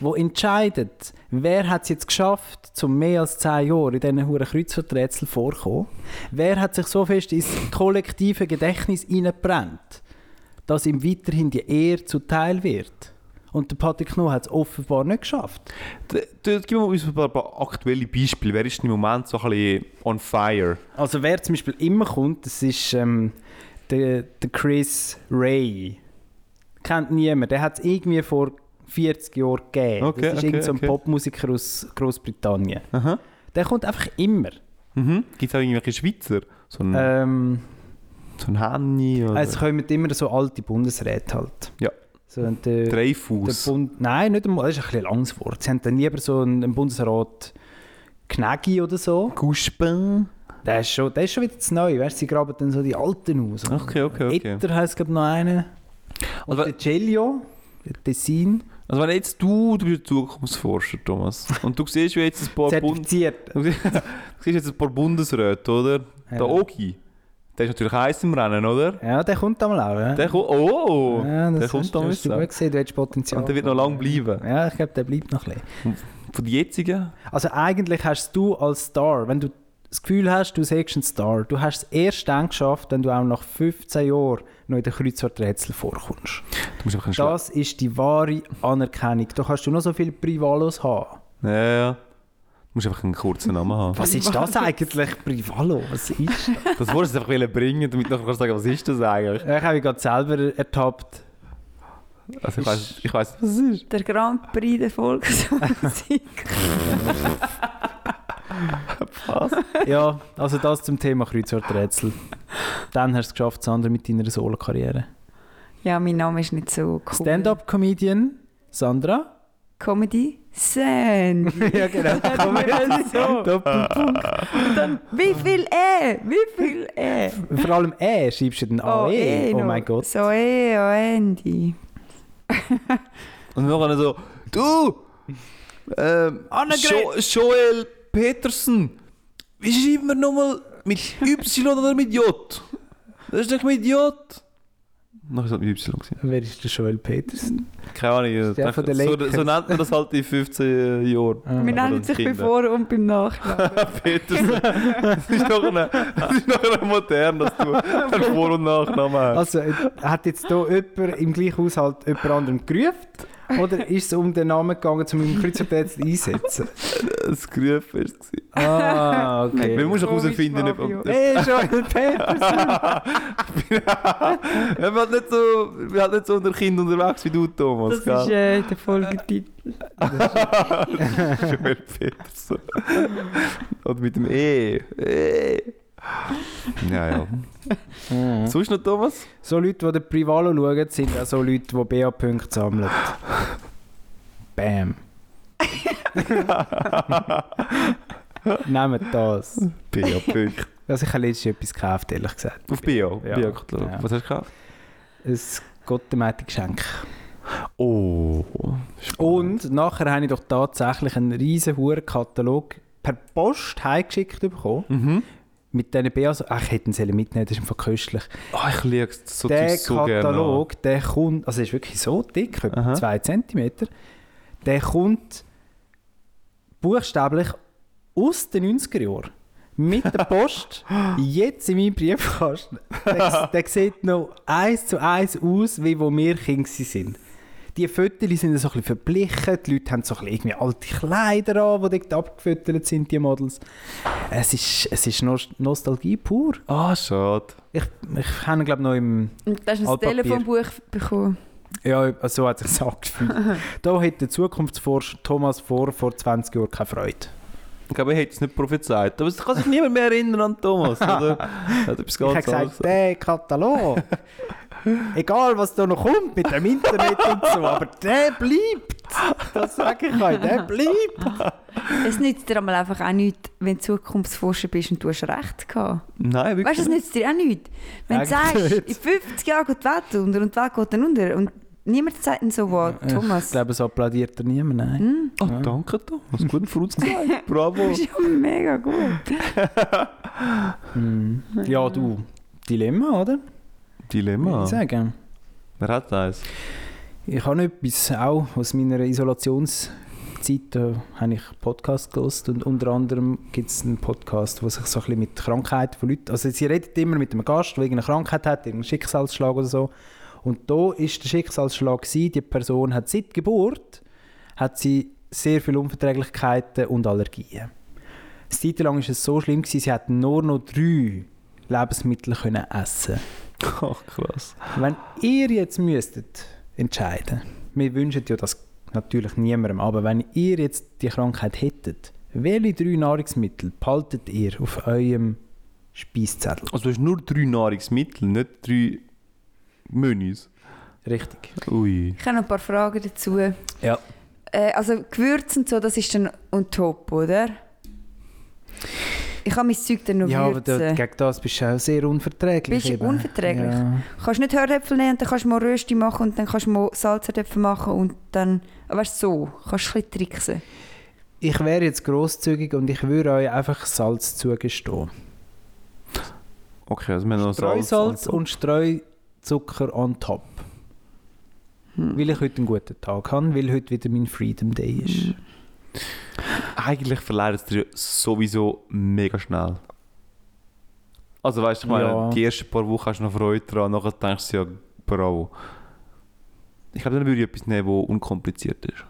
wo entscheidet, wer hat es jetzt geschafft, zum mehr als 10 Jahre in diesen huren Kreuzverträtseln vorkommen. Wer hat sich so fest ins kollektive Gedächtnis hineingebrannt, dass ihm weiterhin die Ehre zuteil wird. Und der Patrick Kno hat es offenbar nicht geschafft.
D- d- Gib uns ein paar- paar aktuelle Beispiele. Wer ist denn im Moment so ein bisschen on fire?
Also wer zum Beispiel immer kommt, das ist ähm, der, der Chris Ray. Kennt niemand. Der hat es irgendwie vor 40 Jahren gegeben.
Okay,
das ist
okay,
irgend so ein
okay.
Popmusiker aus Großbritannien.
Aha.
Der kommt einfach immer.
Mhm. Gibt es auch irgendwelche Schweizer? So ein,
Ähm,
so ein Henny oder
äh, es kommen immer so alte Bundesräte halt.
Also. Ja.
So, und der, der
Dreifuß.
Bund, nein, nicht einmal. Das ist ein bisschen langes Wort. Sie haben dann lieber so einen, einen Bundesrat Knägi oder so.
Guspen.
Der ist schon, der ist schon wieder zu neu. Weißt, du, sie graben dann so die Alten aus.
Okay, okay, okay.
Etter heisst glaube noch einer. Und
Also-
der Celio, der Tessin,
Also wenn jetzt du, du bist der Zukunftsforscher, Thomas, und du siehst wie jetzt ein paar Bund
zertifiziert.
du siehst du siehst jetzt ein paar Bundesräte, oder?
Ja.
Der Ogi, der ist natürlich heiß im Rennen, oder?
Ja, der kommt einmal auch. Ja.
Der kommt, oh,
ja,
der
das
kommt
hast, du-
damals
hast du
auch.
gut gesehen, du hättest Potenzial.
Und der wird noch lange bleiben.
Ja, ich glaube, der bleibt noch ein bisschen.
Von den jetzigen?
Also eigentlich hast du als Star, wenn du das Gefühl hast, du siehst einen Star, du hast es erst dann geschafft, wenn du auch nach 15 Jahren noch in den Kreuzworträtseln vorkommst.
Du musst einfach einen Schlag.
Das ist die wahre Anerkennung. Da kannst du noch so viele Privalos haben.
Ja, ja. Du musst einfach einen kurzen Namen haben.
Was ist das eigentlich, Privalo? Was ist das?
Das wolltest du einfach wollen bringen, damit nachher kannst du sagen, was ist das eigentlich?
Ja, Ich habe mich gerade selber ertappt.
Also ich weiß, ich weiß, was es ist.
Der Grand Prix der Volksmusik.
Ja, also das zum Thema Kreuzworträtsel. Dann hast du es geschafft, Sandra, mit deiner Solo-Karriere.
ja, mein Name ist nicht so cool.
Stand-up-Comedian Sandra.
Comedy Sandy.
ja, genau. Doppelpunkt.
Wie viel E? Wie viel E?
Vor allem E schreibst du den AE.
eh
Oh,
noch.
mein Gott.
So E, oh Andy.
Und nachher so, du! Ähm, jo Joel Petersen, wie schreiben wir nochmal mit Y oder mit J? Das ist doch mit J. Nachher ist halt mit Y. Gewesen.
Wer ist der Joel Petersen?
Keine Ahnung, ich
der von
dachte,
den
so,
Lakers?
so nennt man das halt in 15 Jahren.
Ah.
Wir
Aber
nennen
dann
sich
Kinder.
beim Vor- und beim Nachnamen.
Petersen. Das ist doch eine, das ist doch eine modern, dass du einen Vor- und Nachnamen hast.
Also, äh, hat jetzt hier jemand im gleichen Haushalt jemand anderem gerufen? Oder ist es um den Namen gegangen, um ihn im Kreuzworträtsel einsetzen?
Das Grüff war es.
Ah, okay.
Man muss doch
Komisch,
herausfinden, ob...
Fabio.
ob-
Hey, Joel Petersen!
Ja, wir sind nicht so, wir sind nicht so unter Kind unterwegs wie du, Thomas.
Das ist äh, der Folgetitel.
Joel Petersen. Oder mit dem E. E. Ja, ja.
Mhm. Mm.
Sonst noch, Thomas?
So Leute, die den Privalo schauen, sind auch so Leute, die BA-Punkte sammeln. Bam. Nehmt das.
Bio. Punkt.
Also ich habe letztens etwas gekauft, ehrlich gesagt.
Auf Bio.
Ja.
Bio-Katalog.
Ja.
Was hast du gekauft?
Ein gottemäte Geschenk.
Oh.
Und nachher habe ich doch tatsächlich einen riesen hohen Katalog per Post heimgeschickt bekommen.
Mhm.
Mit diesen BAs. Ach, ich hätte ihn sollen mitnehmen das ist einfach köstlich.
Oh, ich liebe es so
der
tief, so
Katalog, der kommt, also er ist wirklich so dick,
Aha.
etwa 2 cm, der kommt buchstäblich aus den 90er Jahren. Mit der Post, jetzt in meinem Briefkasten. Der, der sieht noch eins zu eins aus, wie wo wir Kinder sind. Die Fotos sind so ein bisschen verblichen, die Leute haben so ein bisschen irgendwie alte Kleider an, die dort abgefüttert sind, die Models. Es ist, es ist Nost- Nostalgie pur.
gerne an. Ah, schade.
Ich, ich habe ihn, glaube ich, noch im
Und da hast du ein
Altpapier.
Telefonbuch bekommen.
Ja, so hat es sich angefühlt. da hätte der Zukunftsforscher Thomas vor vor 20 Jahren keine Freude.
Ich glaube, ich hätte es nicht prophezeit. Aber es kann sich niemand mehr erinnern an Thomas, oder? Er hat etwas
Ich habe
ganz anderes
gesagt, der Katalog, egal was da noch kommt mit dem Internet und so, aber der bleibt. Das sage ich euch, der bleibt.
Es nützt dir aber einfach auch nichts, wenn du Zukunftsforscher bist und du hast recht gehabt.
Nein, wirklich.
Weißt du, es nützt dir auch nichts. Wenn du
Eigentlich
sagst, in 50 Jahren geht die Welt unter und die Welt geht dann unter und niemand sagt dann so, wow,
Ich
Thomas,
glaube, es applaudiert er niemand, nein.
hm,
Ah, danke, Thomas. Guten Frutz gesagt.
du
Bravo.
bist ja mega gut.
Mhm. Ja, du, Dilemma, oder? Würde
Dilemma.
Ich sagen.
Wer hat eins?
Ich habe etwas, auch aus meiner Isolationszeit, äh, habe ich Podcast gehört und unter anderem gibt es einen Podcast, der sich so ein bisschen mit Krankheiten von Leuten, also sie redet immer mit einem Gast, der irgendeine Krankheit hat, irgendeinen Schicksalsschlag oder so und da ist der Schicksalsschlag gewesen, die Person hat seit Geburt hat sie sehr viele Unverträglichkeiten und Allergien. Eine Zeit lang war es so schlimm, gewesen, sie hat nur noch drei Lebensmittel können essen
Ach, krass.
wenn ihr jetzt müsstet entscheiden, wir wünschen ja das natürlich niemandem, aber wenn ihr jetzt die Krankheit hättet, welche drei Nahrungsmittel behaltet ihr auf eurem Speiszettel?
Also, du hast nur drei Nahrungsmittel, nicht drei Menüs.
Richtig.
Ui.
Ich habe noch ein paar Fragen dazu.
Ja.
Äh, also Gewürze und so, das ist dann on top, oder? Ich kann mein Zeug dann noch
Ja, aber
würzen.
da, gegen das bist du auch sehr unverträglich.
Bist du
eben.
unverträglich?
Ja.
kannst nicht Hörtöpfel nehmen, und dann kannst du mal Rösti machen und dann kannst du mal Salzertöpfel machen und dann, weißt du, so, kannst du ein bisschen tricksen.
Ich wäre jetzt grosszügig und ich würde euch einfach Salz zugestehen.
Okay, also wir haben noch Salz.
Streusalz und Streuzucker on top. Weil ich heute einen guten Tag habe, weil heute wieder mein Freedom Day ist.
Eigentlich verliert es dir sowieso mega schnell. Also, weißt du, ich meine,
Ja.
die ersten paar Wochen hast du noch Freude dran, nachher denkst du ja, bravo. Ich glaube, dann würde ich etwas nehmen, das unkompliziert ist.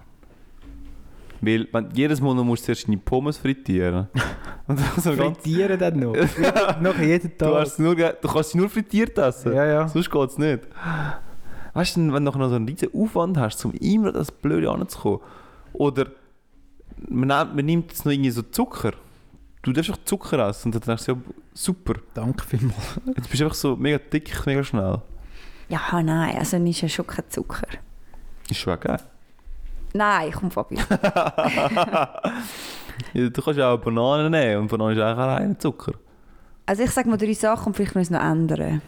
Weil wenn, jedes Mal noch musst du zuerst deine Pommes frittieren. Und dann so ganz,
Frittieren dann noch. noch jeden
du,
Tag.
hast nur, ge- du kannst sie nur frittiert essen.
Ja, ja.
Sonst geht es nicht. Weißt du, wenn du noch so einen riesen Aufwand hast, um immer das Blöde anzukommen. Oder man nimmt, man nimmt jetzt noch irgendwie so Zucker. Du darfst doch Zucker essen. Und dann denkst du, ja, super.
Danke vielmals.
Jetzt bist du einfach so mega dick, mega schnell.
Ja, nein, also dann ist ja schon kein Zucker.
Ist schon auch geil.
Nein, komm Fabi.
Ja, du kannst ja auch Bananen nehmen. Und Banane ist auch kein reiner Zucker.
Also ich sage mal drei Sachen und vielleicht müssen wir es noch ändern.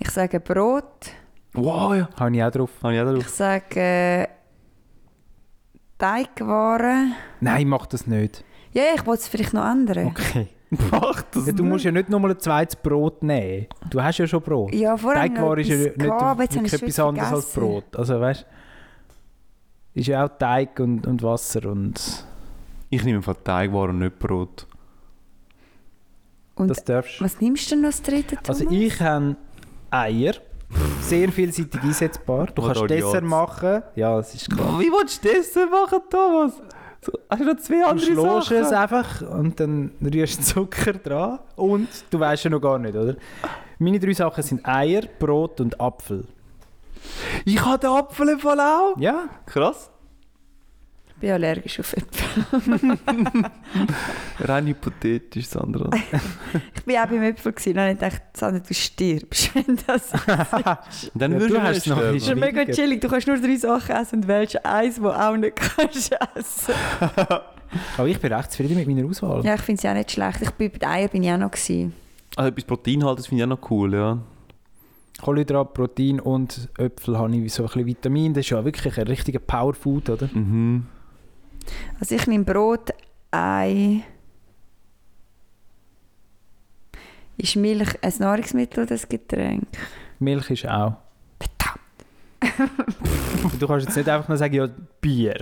Ich sage Brot,
Wow, ja.
Habe ich auch drauf.
Habe ich auch
ich
drauf.
sage äh, Teigwaren.
Nein, mach das nicht.
Ja, ich wollte es vielleicht noch ändern.
Okay.
Mach das
Ja, du musst ja nicht nochmal ein zweites Brot nehmen. Du hast ja schon Brot.
Ja, vorher
Teigware ist ja nicht
aber jetzt
wirklich
habe ich es
etwas
schon
anderes als
vergessen.
Brot. Also weißt ist ja auch Teig und, und Wasser und
Ich nehme im Fall Teigwaren und nicht Brot.
Und
das darfst
was nimmst du denn noch als dritte, Thomas?
Also ich habe Eier. Sehr vielseitig einsetzbar. Du
Oder
kannst
Oreos.
Dessert machen. Ja, das ist klar.
Wie willst du das denn machen, Thomas? So, Hast du noch zwei
Du
andere
schlägst
Sachen?
es einfach und dann rührst du Zucker dran. Und du weißt ja noch gar nicht, oder? Meine drei Sachen sind Eier, Brot und Apfel.
Ich habe den Apfel im Fall auch.
Ja,
Krass.
Ich bin allergisch auf Äpfel.
Rein hypothetisch, Sandra.
Ich war auch beim Äpfel gewesen, dann habe ich gedacht, Sandra, du stirbst. wenn das
Also
Dann
Ja,
würdest
du
du
hast
hast
noch
noch
ist ja
Schwieriger.
mega chillig. Du kannst nur drei Sachen essen und wählst eins, das auch nicht kannst essen.
aber ich bin recht zufrieden mit meiner Auswahl.
Ja, ich finde es ja auch nicht schlecht. Ich bin bei den Eiern bin ich auch noch gewesen.
Also etwas Proteinhaltiges finde ich auch noch cool, ja.
Kohlenhydrat, Protein und Äpfel habe ich so ein bisschen Vitamin. Das ist ja wirklich ein richtiger Powerfood, oder?
Mhm.
Also ich nehme Brot, Ei. Ist Milch ein Nahrungsmittel oder ein Getränk?
Milch ist auch. du kannst jetzt nicht einfach nur sagen, ja, Bier.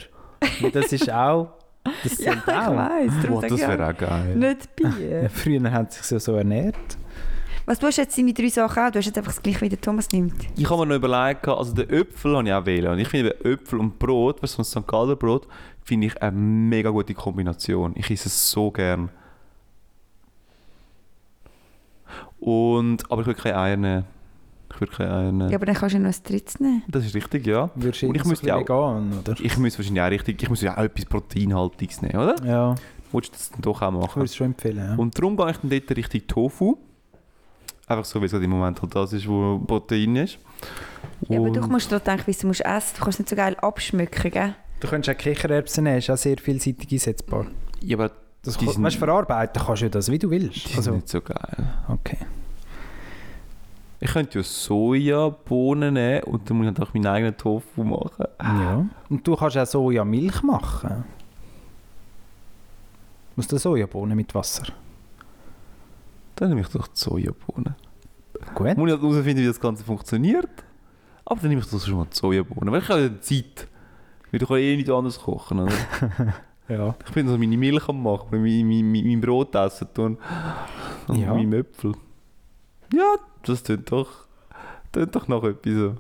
Weil Das ist auch. Das
Ja,
zählt
ich weiss.
Boah,
darum sag
Oh, das
ich ja,
wäre auch geil.
Nicht
Ja,
Bier.
früher hat es sich ja so ernährt.
Was tust du jetzt seine drei Sachen auch? Du hast jetzt einfach das gleiche, wie der Thomas nimmt.
Ich habe mir noch überlegt, also den Äpfel habe ich auch wählen. Und ich finde Äpfel und Brot, was so ein St. Galler Brot, finde ich eine mega gute Kombination. Ich esse es so gern. Und, aber ich würde keine Eier nehmen. Ich würde keine Eier nehmen.
Ja, aber dann kannst du ja noch ein drittes nehmen.
Das ist richtig, ja.
Würdest
Und ich
irgendwie
müsste
so ein
auch-
bisschen vegan, oder?
Ich müsste wahrscheinlich auch richtig, ich muss ja auch etwas Proteinhaltiges nehmen, oder?
Ja,
Wolltest du das dann doch auch
ich
machen?
würde es schon empfehlen. Ja.
Und darum gehe ich dann dort Richtung Tofu. Einfach so, wie es gerade im Moment halt das ist, wo Protein ist.
Ja, aber du
Und-
musst daran denken, wie du musst essen. Du kannst es nicht so geil abschmücken, gell?
Du könntest auch Kichererbsen nehmen, ist auch sehr vielseitig einsetzbar.
ja, aber
Das
Die
kann,
sind-
weißt, du, verarbeiten kannst du das, wie du
die
willst.
sind
Also,
nicht so geil.
okay.
Ich könnte ja Sojabohnen nehmen und dann muss ich halt auch meinen eigenen Tofu machen.
Ja. Also, Und du kannst auch Sojamilch machen. Aus der Sojabohne mit Wasser.
Dann nehme ich doch die Sojabohnen.
Gut.
Muss ich halt herausfinden, wie das Ganze funktioniert. Aber dann nehme ich doch schon mal die Sojabohnen. Weil ich habe ja Zeit. Weil du kannst eh nicht anders kochen. Oder?
Ja.
Ich bin so meine Milch am machen, weil ich mein, mein, mein Brot essen tun. Und
Ja.
meinen Äpfel. Ja, das tut doch, tut doch noch etwas. so.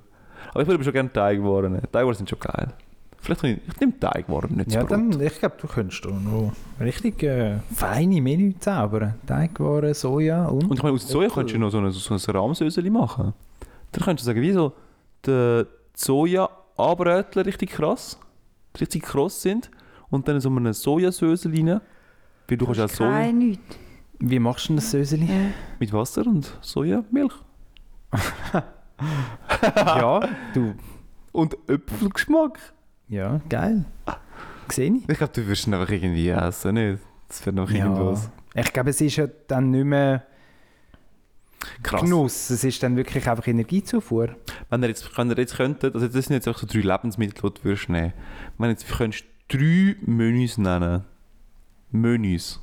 Aber ich würde aber schon gerne Teigwaren nehmen. Teigwaren sind schon geil. Vielleicht nehme ich, ich nehme Teigwaren, nicht das
Ja,
Brot.
dann, ich glaube, du könntest da noch richtig äh, feine Menü zaubern. Teigwaren, Soja und...
Und ich meine, aus der Soja könntest du noch so ein, so ein Rahmsöseli machen. Dann könntest du sagen, wie so die Soja anbröteln richtig krass, richtig kross sind und dann so eine Sojasösel rein. Weil du kannst auch Soja
Kein nichts.
Wie machst du denn das Söseli?
Ja.
mit Wasser und Sojamilch.
ja, du...
Und Äpfelgeschmack.
Ja, geil. Sehe ich.
Ich glaube, du wirst ihn einfach irgendwie essen, nicht? Das wird noch irgendwas.
Ich glaube, es ist ja dann nicht mehr
Krass.
Genuss. Es ist dann wirklich einfach Energiezufuhr.
Wenn ihr jetzt, wenn ihr jetzt könntet, also das sind jetzt einfach so drei Lebensmittel, die du würdest nehmen. Wenn jetzt, du könntest drei Menüs nennen. Menüs.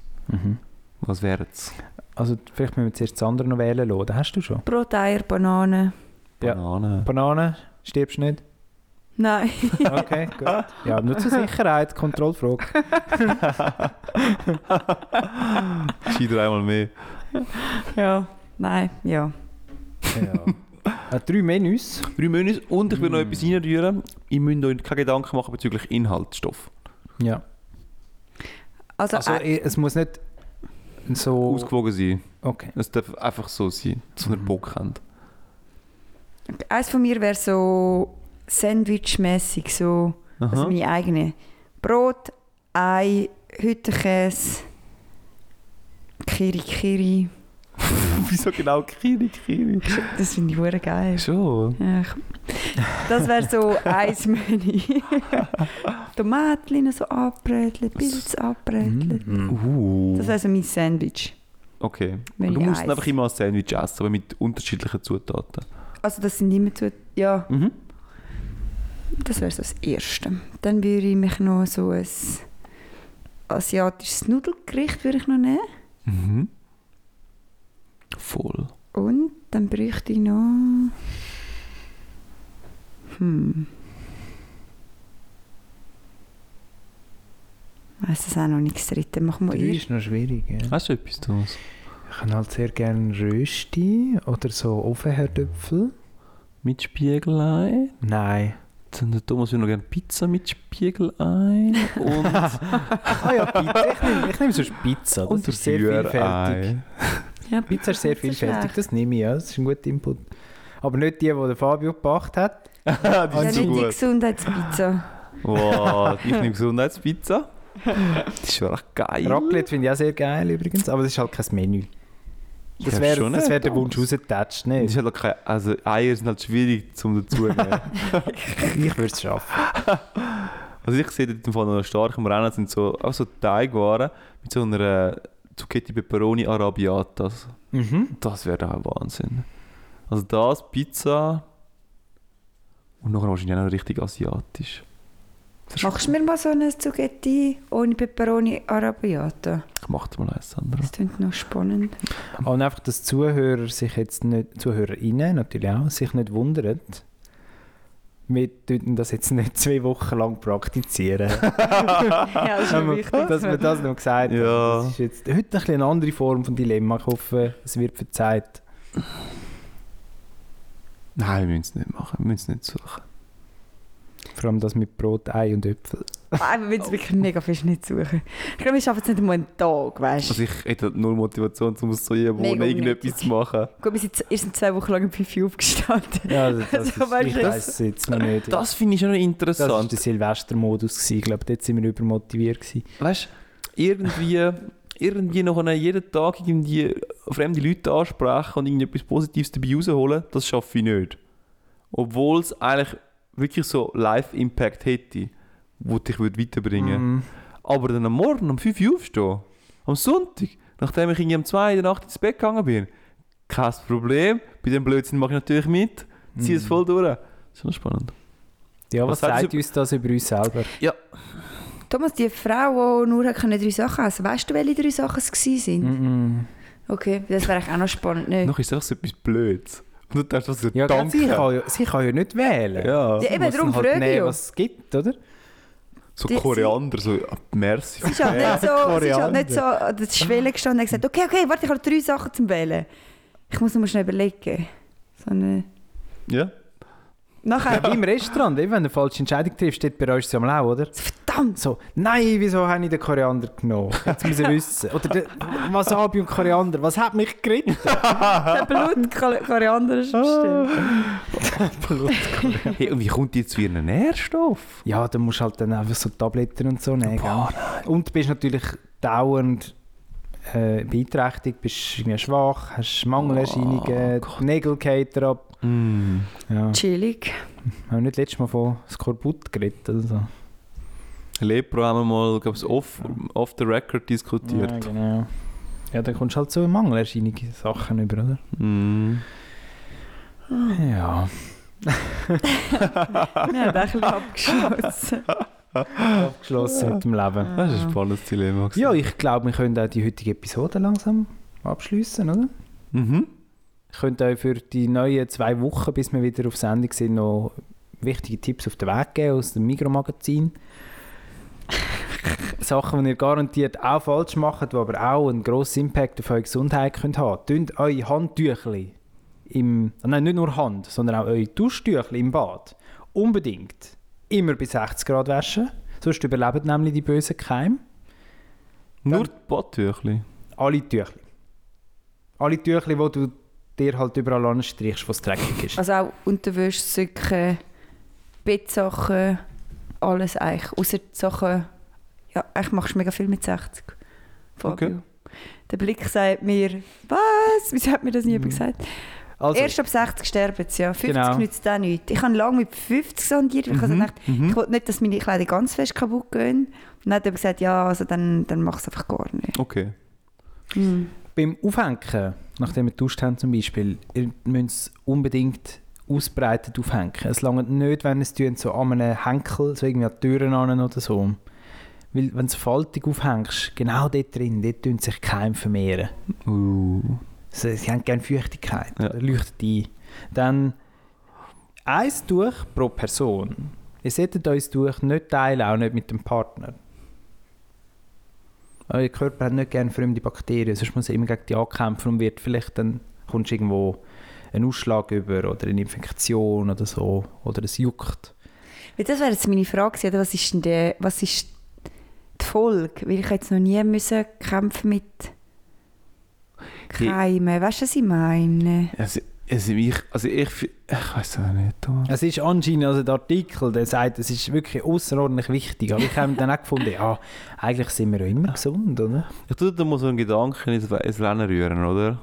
Was wären es?
Also vielleicht müssen wir zuerst das andere noch wählen lassen. Das hast du schon.
Brot, Eier, Bananen.
Ja.
Bananen.
Banane, stirbst nicht.
Nein.
Okay, gut. Ja, nur zur Sicherheit, Kontrollfrage.
Schei dreimal mehr.
ja. Nein, ja.
Ja. Äh, drei Menüs.
Drei Menüs und ich will noch etwas reinrühren. Ihr müsst euch keine Gedanken machen bezüglich Inhaltsstoff.
Ja.
Also,
Also
äh,
eh, es muss nicht so...
Ausgewogen sein.
Okay.
Es darf einfach so sein, dass wir Bock haben.
eins von mir wäre so sandwichmäßig so. Also
Aha.
meine eigene. Brot, Ei, Hüttenkäse, Kiri Kiri.
Wieso genau Kiri, Kiri?
Das finde ich hure geil.
Schon.
Ja, ich- Das wäre so ein Menü. Tomatchen so abbröteln, Pilz abbröteln.
Mhm.
Uh.
Das wäre so mein Sandwich.
Okay.
Wenn
du
ich
musst
eins.
einfach immer ein Sandwich essen, aber mit unterschiedlichen Zutaten.
Also das sind immer zu... Ja,
Mhm.
das wäre so das Erste. Dann würde ich mich noch so ein asiatisches Nudelgericht würde ich noch nehmen.
Mhm. Voll.
Und dann bräuchte ich noch... Hm. Ich weiss das auch noch nichts dritte. Machen wir
Drei
ihr.
ist noch schwierig, ja.
Hast du etwas, Thomas?
Ich kann halt sehr gerne Rösti oder so Ofenherdöpfel.
Mit Spiegelei.
Nein.
Dann der Thomas will noch gerne Pizza mit Spiegelei. Und,
Ah ja, Pizza. Ich nehme, ich nehme sonst Pizza. Das
und
ist sehr
Rührei.
vielfältig.
Ja,
Pizza ist sehr
Pizza ist
vielfältig,
schlecht.
das nehme ich, ja. Das ist ein guter Input. Aber nicht die, die der Fabio gebracht hat.
die
Ja,
sind Ah, so
Also-
nicht die
gut.
Gesundheitspizza.
Wow, ich nehme Gesundheitspizza. Das ist schon echt geil.
Raclette finde ich auch sehr geil übrigens, aber das ist halt kein Menü. Das
Ja,
wäre
schon
das
nicht,
wär der Wunsch
Thomas. Das ist
rausgetatscht, nicht?
halt auch kein, also Eier sind halt schwierig zum dazunehmen.
Ich würde es schaffen.
also ich sehe dort im Fall noch stark im Rennen sind so, auch so Teigwaren mit so einer Zucchetti Peperoni Arabiata.
Mhm.
Das wäre doch ein Wahnsinn. Also das, Pizza und nachher wahrscheinlich auch noch richtig asiatisch. Das ist-
Machst du mir mal so eine Zugetti ohne Peperoni Arabiata?
Ich mach dir mal eins, Sandra.
Das klingt noch spannend.
Und einfach, dass die Zuhörer sich jetzt nicht, ZuhörerInnen natürlich auch, sich nicht wundern. Wir würden das jetzt nicht zwei Wochen lang praktizieren.
Ja, das ist mir wichtig.
dass wir das noch gesagt haben.
Ja.
Das ist jetzt heute ein bisschen eine andere Form von Dilemma. Ich hoffe, es wird verzeiht.
Nein, wir müssen es nicht machen. Wir müssen es nicht suchen.
Vor allem das mit Brot, Ei und Äpfel.
Ah, wir müssen wirklich mega viel nicht suchen. Ich glaube, wir schaffen es nicht mal einen Tag, weißt du.
Also ich hätte null Motivation, um so jemand
Mega
irgendetwas zu machen.
Gut, wir sind, wir sind zwei Wochen lang um 5 Uhr aufgestanden.
Ja, das, das
Also,
ist, ich
weißt du,
weiß es jetzt noch nicht.
Das finde ich schon noch
das war
interessant.
der Silvestermodus. gewesen. Ich glaube, dort sind wir übermotiviert. Gewesen.
weißt du, irgendwie, irgendwie noch einen- jeden Tag irgendwie fremde Leute ansprechen und irgendetwas Positives dabei rausholen, das schaffe ich nicht. Obwohl es eigentlich wirklich so Live-Impact hätte, wo dich würde weiterbringen
Mhm.
Aber dann am Morgen um 5 Uhr aufstehen, am Sonntag, nachdem ich irgendwie um 2 in der Nacht ins Bett gegangen bin, kein Problem, bei dem Blödsinn mache ich natürlich mit, ziehe es
Mhm.
voll durch. Schon spannend.
Ja,
Was
was,
sagt
sagt
sie-
uns das über uns selber?
Thomas, die Frau, die nur hat können drei Sachen essen weißt du, welche drei Sachen es waren?
Mhm.
Okay, das wäre eigentlich auch noch spannend, nicht?
Mm, Noch ist es auch so etwas Blödes. Und du denkst, was ist
Ja,
Danke.
gell, sie, kann ja, sie kann ja nicht wählen.
Ja.
Ja, eben,
Muss
darum
dann halt
frage ich
nehmen,
ja.
was es gibt, oder?
So
Die-
Koriander, so ah, merci.
Sie ist halt nicht so, sie ist halt
Koriander.
nicht so an der Schwelle gestanden und hat gesagt, okay, okay, warte, ich habe drei Sachen zum Wählen. Ich muss nur schnell überlegen. So eine...
Ja.
Nachher,
Wie im Restaurant, eben, wenn du eine falsche Entscheidung triffst, steht bei uns sie am Lau, oder?
verdammt!
So, nein, wieso habe ich den Koriander genommen? Jetzt muss ich wissen. Oder den Wasabi und Koriander, was hat mich gerettet?
Der Blut Kor- Koriander ist bestimmt.
Hey, und wie kommt die zu ihren Nährstoff?
Ja, dann musst du halt dann einfach so Tabletten und so nehmen. Boah, Und du bist natürlich dauernd äh, beeinträchtigt, bist irgendwie schwach, hast Mangelerscheinungen, die Nägel fallen ab. Oh
Mm. Ah.
Ja,
Chillig.
haben wir nicht letztes Mal von Skorbut geredet also. oder so?
Lepra haben wir mal, glaube ich, off, off the record diskutiert.
Ja, genau. Ja, dann kommst du halt so Mangelerscheinungen Sachen über, oder?
Mm.
Ja.
Wir haben auch ein bisschen abgeschossen.
Abgeschlossen mit dem Leben.
Das ist ein spannendes Dilemma. gewesen.
Ja, ich glaube, wir können auch die heutige Episode langsam abschließen, oder?
Mhm.
Ich könnte euch für die neuen zwei Wochen, bis wir wieder auf Sendung sind, noch wichtige Tipps auf den Weg geben aus dem Mikromagazin. Sachen, die ihr garantiert auch falsch macht, die aber auch einen grossen Impact auf eure Gesundheit können haben können. Tönt eure Handtüchli im, nein, nicht nur Hand, sondern auch eure Duschtüchli im Bad unbedingt immer bei 60 Grad waschen, sonst überleben nämlich die bösen Keime
Nur die Badtüchli.
alle Tüchli. Alle Tüchli, die du dir halt überall anstrichst, was dreckig ist.
Also auch Unterwäsche, Socken, Bettsachen, alles eigentlich. Außer die Sachen, ja, eigentlich machst du mega viel mit 60. Fabio.
Okay.
Der Blick sagt mir, was? Wieso hat mir das nie jemand gesagt?
Mhm. Also,
Erst ab 60 sterben sie, ja. 50
Genau. Mhm.
nützt auch nichts. Ich habe lange mit 50 sondiert, weil ich also gedacht ich wollte nicht, dass meine Kleider ganz fest kaputt gehen. Und dann hat er gesagt, ja, also dann, dann mach es einfach gar nicht.
Okay.
Mhm. beim Aufhängen, nachdem wir geduscht haben zum Beispiel, ihr müsst es unbedingt ausbreitet aufhängen. Es lange nicht, wenn ihr es tun, so an einem Henkel, so irgendwie an die Türen an oder so. Weil wenn du es faltig aufhängst, genau dort drin, dort tun sich Keime vermehren.
Uh.
Sie, sie haben gerne Feuchtigkeit,
Ja.
oder leuchtet ein. Dann ein Tuch pro Person. Ihr solltet euch das Tuch nicht teilen, auch nicht mit dem Partner. Euer Körper hat nicht gerne fremde Bakterien, sonst muss er immer gegen die ankämpfen und wird vielleicht dann kommst du irgendwo einen Ausschlag über oder eine Infektion oder so oder es juckt.
Weil das wäre jetzt meine Frage gewesen, oder? was ist denn der, was ist die Folge? Weil ich jetzt noch nie müssen kämpfen mit Keimen. Weißt du, was ich meine?
Also, also ich, also ich, fi- ich weiß auch nicht, Thomas.
Es ist anscheinend also der Artikel, der sagt, es ist wirklich außerordentlich wichtig. Aber ich habe dann auch gefunden, ja, eigentlich sind wir ja immer gesund, oder?
Ich tue da mal so einen Gedanken ins, ins Rennen rühren, oder?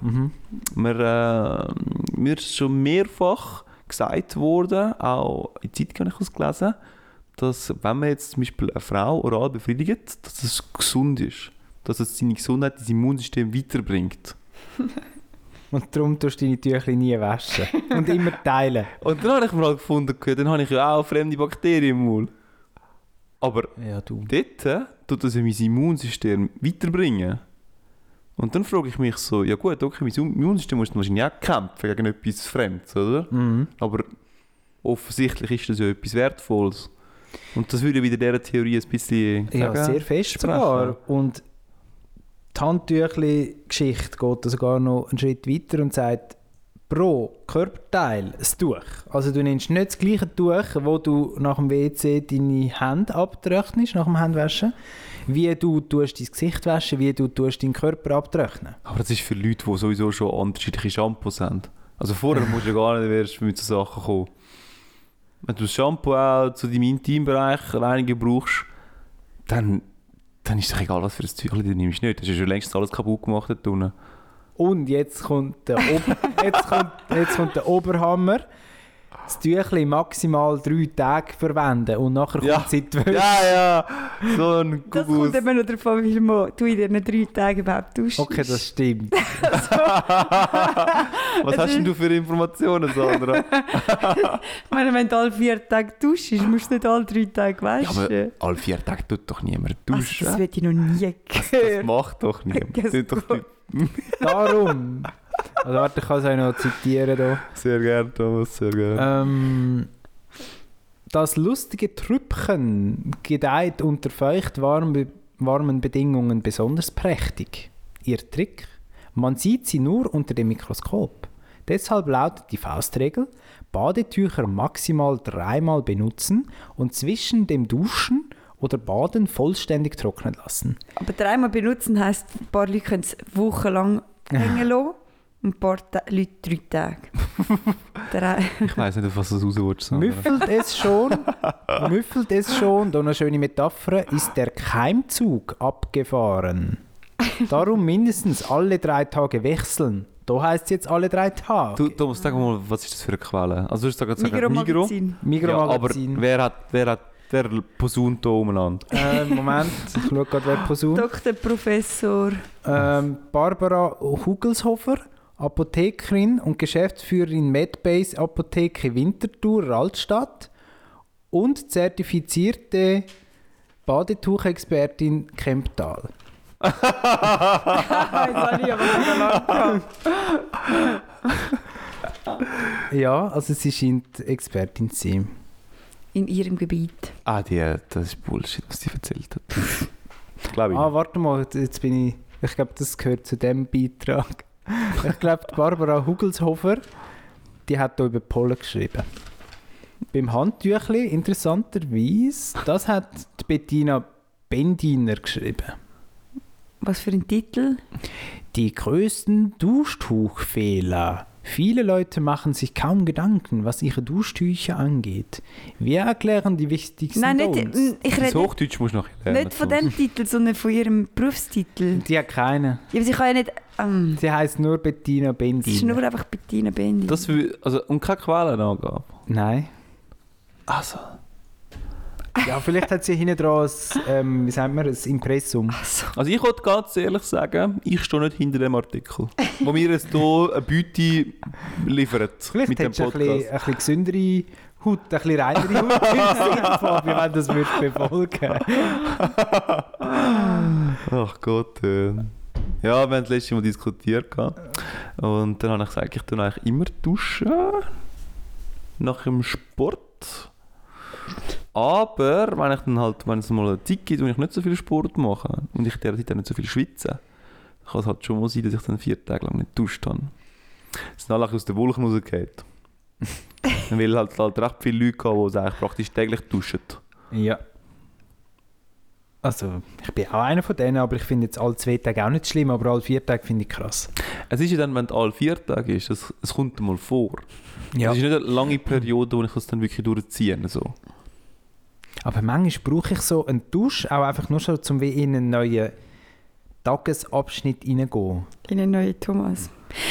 Wir, äh, mir ist schon mehrfach gesagt worden, auch in der Zeit habe ich das gelesen, dass wenn man jetzt zum Beispiel eine Frau oral befriedigt, dass es gesund ist. Dass es seine Gesundheit, das Immunsystem weiterbringt.
Und darum tust du deine Tücher nie waschen. Und immer teilen.
Und dann habe ich mal gefunden, okay, dann habe ich ja auch fremde Bakterien im Mund. Aber
Ja, du.
dort äh, tut das ja mein Immunsystem weiterbringen. Und dann frage ich mich so, ja gut, okay, mein Immunsystem muss dann wahrscheinlich auch kämpfen gegen etwas Fremdes, oder?
Mhm.
Aber offensichtlich ist das ja etwas Wertvolles. Und das würde wieder dieser Theorie ein bisschen
Ja,
sagen.
sehr fest
treffen.
sogar. Und die Handtüchli-Geschichte geht da sogar noch einen Schritt weiter und sagt, pro Körperteil ein Tuch. Also du nimmst nicht das gleiche Tuch, wo du nach dem WC deine Hände abtrocknest, nach dem Handwaschen, wie du tust dein Gesicht waschen, wie du tust deinen Körper abtrocknen.
Aber das ist für Leute, die sowieso schon unterschiedliche Shampoos haben. Also vorher musst du ja gar nicht erst mit so Sachen kommen. Wenn du das Shampoo auch zu deinem Intimbereich reinigen brauchst, dann, dann ist doch egal, was für ein Zeug du nimmst. Nicht. Das ist ja schon längst alles kaputt gemacht da unten.
Und jetzt kommt der, Ob jetzt kommt, jetzt kommt der Oberhammer. Das Tüchli maximal drei Tage verwenden und nachher kommt
Ja.
es in die Wäsche.
Ja, ja, so ein
Das kommt
Kubus.
eben noch davon, wie viel Mal du in diesen drei Tagen überhaupt duschst.
Okay, das stimmt.
Was hast denn du für Informationen, Sandra?
Ich meine, wenn du alle vier Tage duschst, musst du nicht alle drei Tage
Ja, aber
waschen.
alle vier Tage tut doch niemand
also,
duschen.
das hätte ich noch nie
das
gehört.
macht doch niemand.
Das
Tut doch nicht.
Darum. Also warte, ich kann es euch noch zitieren hier.
Sehr gerne, Thomas, sehr gerne.
Ähm, das lustige Trüppchen gedeiht unter feucht warm, warmen Bedingungen besonders prächtig. Ihr Trick? Man sieht sie nur unter dem Mikroskop. Deshalb lautet die Faustregel, Badetücher maximal dreimal benutzen und zwischen dem Duschen oder Baden vollständig trocknen lassen.
Aber dreimal benutzen heisst, ein paar Leute können es wochenlang hängen lassen und ein paar Ta Leute drei Tage. Drei.
Ich weiß nicht, auf was du raus willst. Sandra.
Müffelt es schon, müffelt es schon, da eine schöne Metapher, ist der Keimzug abgefahren. Darum mindestens alle drei Tage wechseln. Da heißt es jetzt alle drei Tage.
Du, Thomas, sag mal, was ist das für eine Quelle? Also, du hast gerade gesagt, Migro.
Mikromagazin.
Ja, aber
Mikromagazin.
wer hat, wer hat, wer posaunt hier umeinander?
äh, Moment, ich schaue gerade wer Person.
Dr. Professor.
Ähm, Barbara Hugelshofer, Apothekerin und Geschäftsführerin Medbase Apotheke Winterthur Altstadt und zertifizierte Badetuchexpertin Kemptal. Ja, also sie scheint Expertin zu sein.
In ihrem Gebiet.
ah, die, das ist Bullshit, was sie erzählt hat. Glaube ich.
Ah, warte mal, jetzt bin ich. Ich glaube, das gehört zu dem Beitrag. Ich glaube, die Barbara Hugelshofer, die hat da über Pollen geschrieben. Beim Handtüchli, interessanterweise, das hat die Bettina Bendiner geschrieben.
Was für ein Titel?
Die größten Duschtuchfehler. Viele Leute machen sich kaum Gedanken, was ihre Duschtücher angeht. Wir erklären die wichtigsten
Nein, nicht,
Don'ts.
mm, ich
das
rede nicht,
Hochdeutsch musst du nachher lernen.
nicht von dem Titel, sondern von ihrem Berufstitel.
Die hat keine.
Ja, aber sie kann ja nicht... Ähm,
Sie heißt nur Bettina Bendiner.
es ist nur einfach Bettina Bendi.
Das, wü- also, und keine Quellenangabe.
Nein.
Also.
Ja, vielleicht hat sie hinten dran ein, ähm, wie sagt man, ein Impressum.
Also, ich wollte ganz ehrlich sagen, ich stehe nicht hinter dem Artikel, wo mir jetzt hier eine Beute liefert
Vielleicht
mit dem
hättest du ein
Podcast.
bisschen, ein bisschen gesündere Haut, ein bisschen reinere Haut, Fabio, wenn du das würdest befolgen
Ach Gott. Äh. Ja, wir haben das letzte Mal diskutiert. gehabt. Und dann habe ich gesagt, ich tue eigentlich immer duschen. Nach dem Sport. Aber wenn ich dann halt, wenn es mal eine Zeit gibt, wo ich nicht so viel Sport mache und ich derzeit auch nicht so viel schwitze, kann es halt schon mal sein, dass ich dann vier Tage lang nicht duscht habe. Das sind alle aus den Wolken rausgeht. Weil halt, halt recht viele Leute hatten, die es eigentlich praktisch täglich duschen.
Ja. Also, ich bin auch einer von denen, aber ich finde jetzt alle zwei Tage auch nicht schlimm, aber alle vier Tage finde ich krass.
Es ist ja dann, wenn es alle vier Tage ist, es, es kommt mal vor.
Ja.
Es ist nicht eine lange Periode, wo ich das dann wirklich durchziehe. So.
Aber manchmal brauche ich so einen Dusch, auch einfach nur schon, um wie in einen neuen Tagesabschnitt reingehen.
In eine neue Thomas.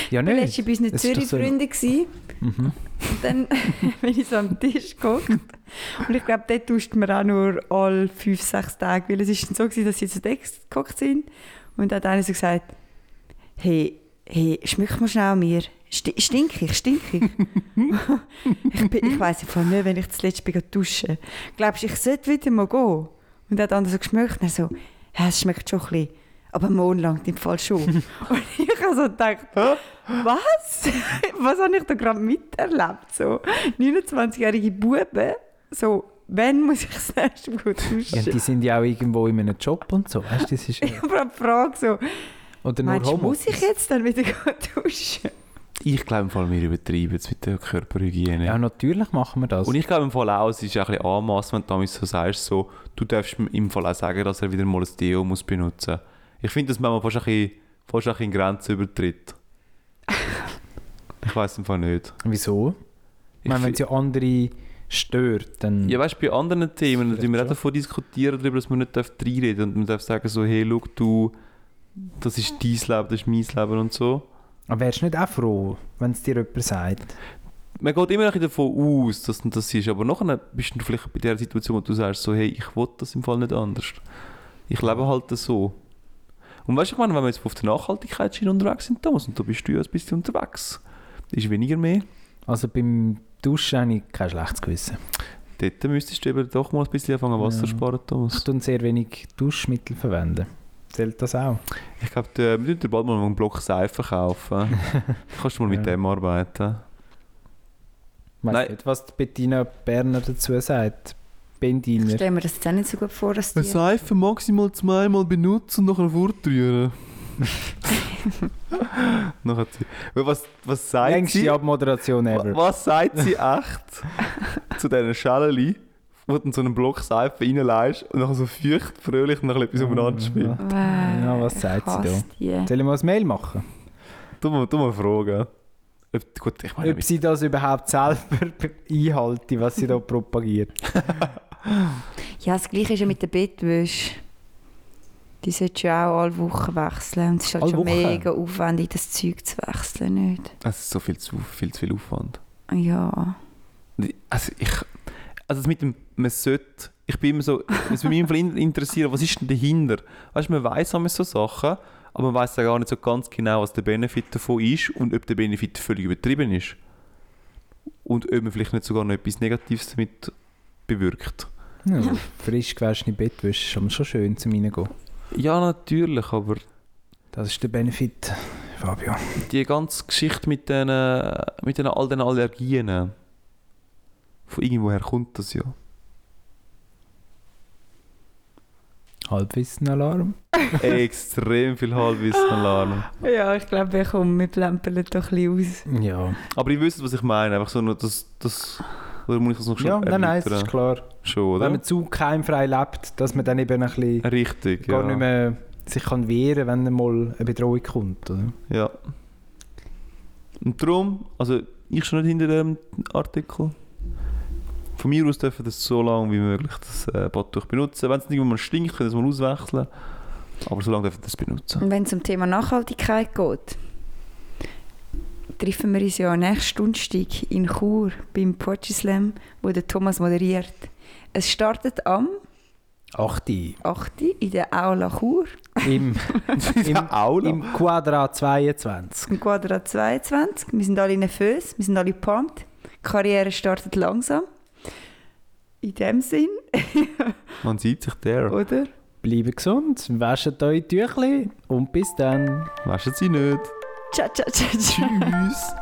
Ja,
Ich war letztens bei unseren
Das ist doch so-
Zürich-Freunden. gewesen.
Mhm.
Und dann bin ich so am Tisch geguckt. Und ich glaube, dort tauscht man auch nur alle fünf, sechs Tage. Weil es war so, gewesen, dass sie zu Deck geguckt sind. Und dann hat einer so gesagt, hey, hey, schmück mal schnell mir. Sti stink ich, stink ich? ich bin- ich weiss einfach nicht, wenn ich das letzte bin gegangen duschen. Glaubst du, ich sollte wieder mal gehen? Und er hat dann so geschmückt und er so, ja, es schmeckt schon ein bisschen. Aber morgen langt im Fall schon. und ich habe so gedacht, was? was habe ich da gerade miterlebt? So 29-jährige Buben, so, wenn muss ich das nächste Mal
Ja,
duschen?
die sind ja auch irgendwo in einem Job und so. Weißt, du, das ist,
Ich habe die Frage so,
oder nur
meinst du,
Homo.
muss ich jetzt dann wieder gehen duschen?
Ich glaube im Fall, wir übertreiben es mit der Körperhygiene.
Ja, natürlich machen wir das.
Und ich glaube im Fall auch, es ist auch ein bisschen anmassend, wenn du damals so sagst, so, du darfst ihm im Fall auch sagen, dass er wieder mal ein Deo muss benutzen muss. Ich finde, dass man fast ein bisschen, fast ein bisschen Grenzen übertritt. ich weiß im Fall nicht.
Wieso? Ich meine, wenn es ja andere stört, dann...
Ja, weißt du, bei anderen Themen, da
Vielleicht
diskutieren wir auch
schon.
davon diskutieren, darüber, dass man nicht reinreden darf und man darf sagen, so, hey, schau, du, das ist dein Leben, das ist mein Leben und so.
Aber wärst du nicht auch froh, wenn es dir jemand sagt?
Man geht immer noch davon aus, dass das das ist, aber nachher bist du vielleicht bei der Situation, wo du sagst, so, hey, ich will das im Fall nicht anders. Ich lebe halt so. Und weißt du, ich meine, wenn wir jetzt auf der Nachhaltigkeitsschiene unterwegs sind, Thomas, und da bist du ja ein bisschen unterwegs, ist weniger mehr.
Also beim Duschen habe ich kein schlechtes Gewissen.
Dort müsstest du eben doch mal ein bisschen anfangen, Wasser
Ja.
sparen,
Ich
Thomas.
tue sehr wenig Duschmittel verwenden. Zählt das auch?
Ich glaube, wir müssen dir bald mal einen Block Seife kaufen. Dann Kannst du mal mit
Ja.
dem arbeiten.
Ich weiss
Nein.
nicht, was die Bettina Berner dazu sagt.
Ich
Bendiner.
stelle mir das jetzt auch nicht so gut vor, dass die...
Eine Seife maximal zweimal benutzen und nachher fortrühren. nachher sie- Weil was, was sagt sie?
Längste Abmoderation
Wa-
ever.
Was sagt sie echt zu diesen Schäleli, wo du in so einen Block Seife reinleihst und nachher so feucht, fröhlich noch etwas umeinander spielt?
Wow,
Ja, was sagt sie
hasse äh, die.
Sollen wir ein Mail machen?
Du mal, du mal fragen. Ob, gut, ich meine,
Ob sie das überhaupt selber einhalten, was sie da propagiert.
Ja, das Gleiche ist ja mit der Bettwäsche. Die solltest du ja auch alle Wochen wechseln. Und es ist halt
Alle
schon
Woche?
mega aufwendig, das Zeug zu wechseln, nicht?
es ist so viel zu, viel, zu viel Aufwand.
Ja.
Also ich, also das mit dem, man sollte, ich bin immer so, was mich immer in- interessiert, was ist denn dahinter? Weißt du, man weiß immer so Sachen, aber man weiß ja gar nicht so ganz genau, was der Benefit davon ist und ob der Benefit völlig übertrieben ist. Und ob man vielleicht nicht sogar noch etwas Negatives damit bewirkt.
Ja, frisch gewaschene Bettwäsche ist schon- schon schön zum Reingehen.
Ja, natürlich, aber
Das ist der Benefit, Fabio.
die ganze Geschichte mit, den, äh, mit den, all den Allergien, von irgendwoher kommt das ja.
Halbwissen-Alarm.
Extrem viel Halbwissen-Alarm.
Ja, ich glaube, wir kommen, wir plempeln doch ein bisschen aus.
Ja.
Aber ihr wisst, was ich meine. Einfach so nur das. das oder muss ich das noch schon
Ja, nein, nein, das
erläutern?
ist klar.
Schon, oder?
Wenn man zu keimfrei lebt, dass man dann eben ein bisschen
Richtig,
gar
ja.
nicht mehr sich kann wehren kann, wenn mal eine Bedrohung kommt. Oder?
ja. Und darum, also ich schon nicht hinter dem Artikel. Von mir aus dürfen das so lange wie möglich das äh, Badtuch benutzen. Wenn es irgendwann mal stinkt, können wir es mal auswechseln. Aber so lange dürfen wir das benutzen.
Und wenn es um Thema Nachhaltigkeit geht, treffen wir uns ja nächsten Donnerstag in Chur beim Poetry Slam, wo der Thomas moderiert. Es startet am
Achte.
8. Uhr in der Aula Chur.
Im, im,
Aula.
im Quadrat 22.
im Quadrat 22. Wir sind alle nervös, wir sind alle pumped. Die Karriere startet langsam. In dem Sinn,
Man sieht sich der.
oder?
Bleibt gesund, wäscht eure Tüchli und bis dann.
Weißt du sie nicht?
Ciao, ciao, ciao, ciao.
Tschüss.
eh,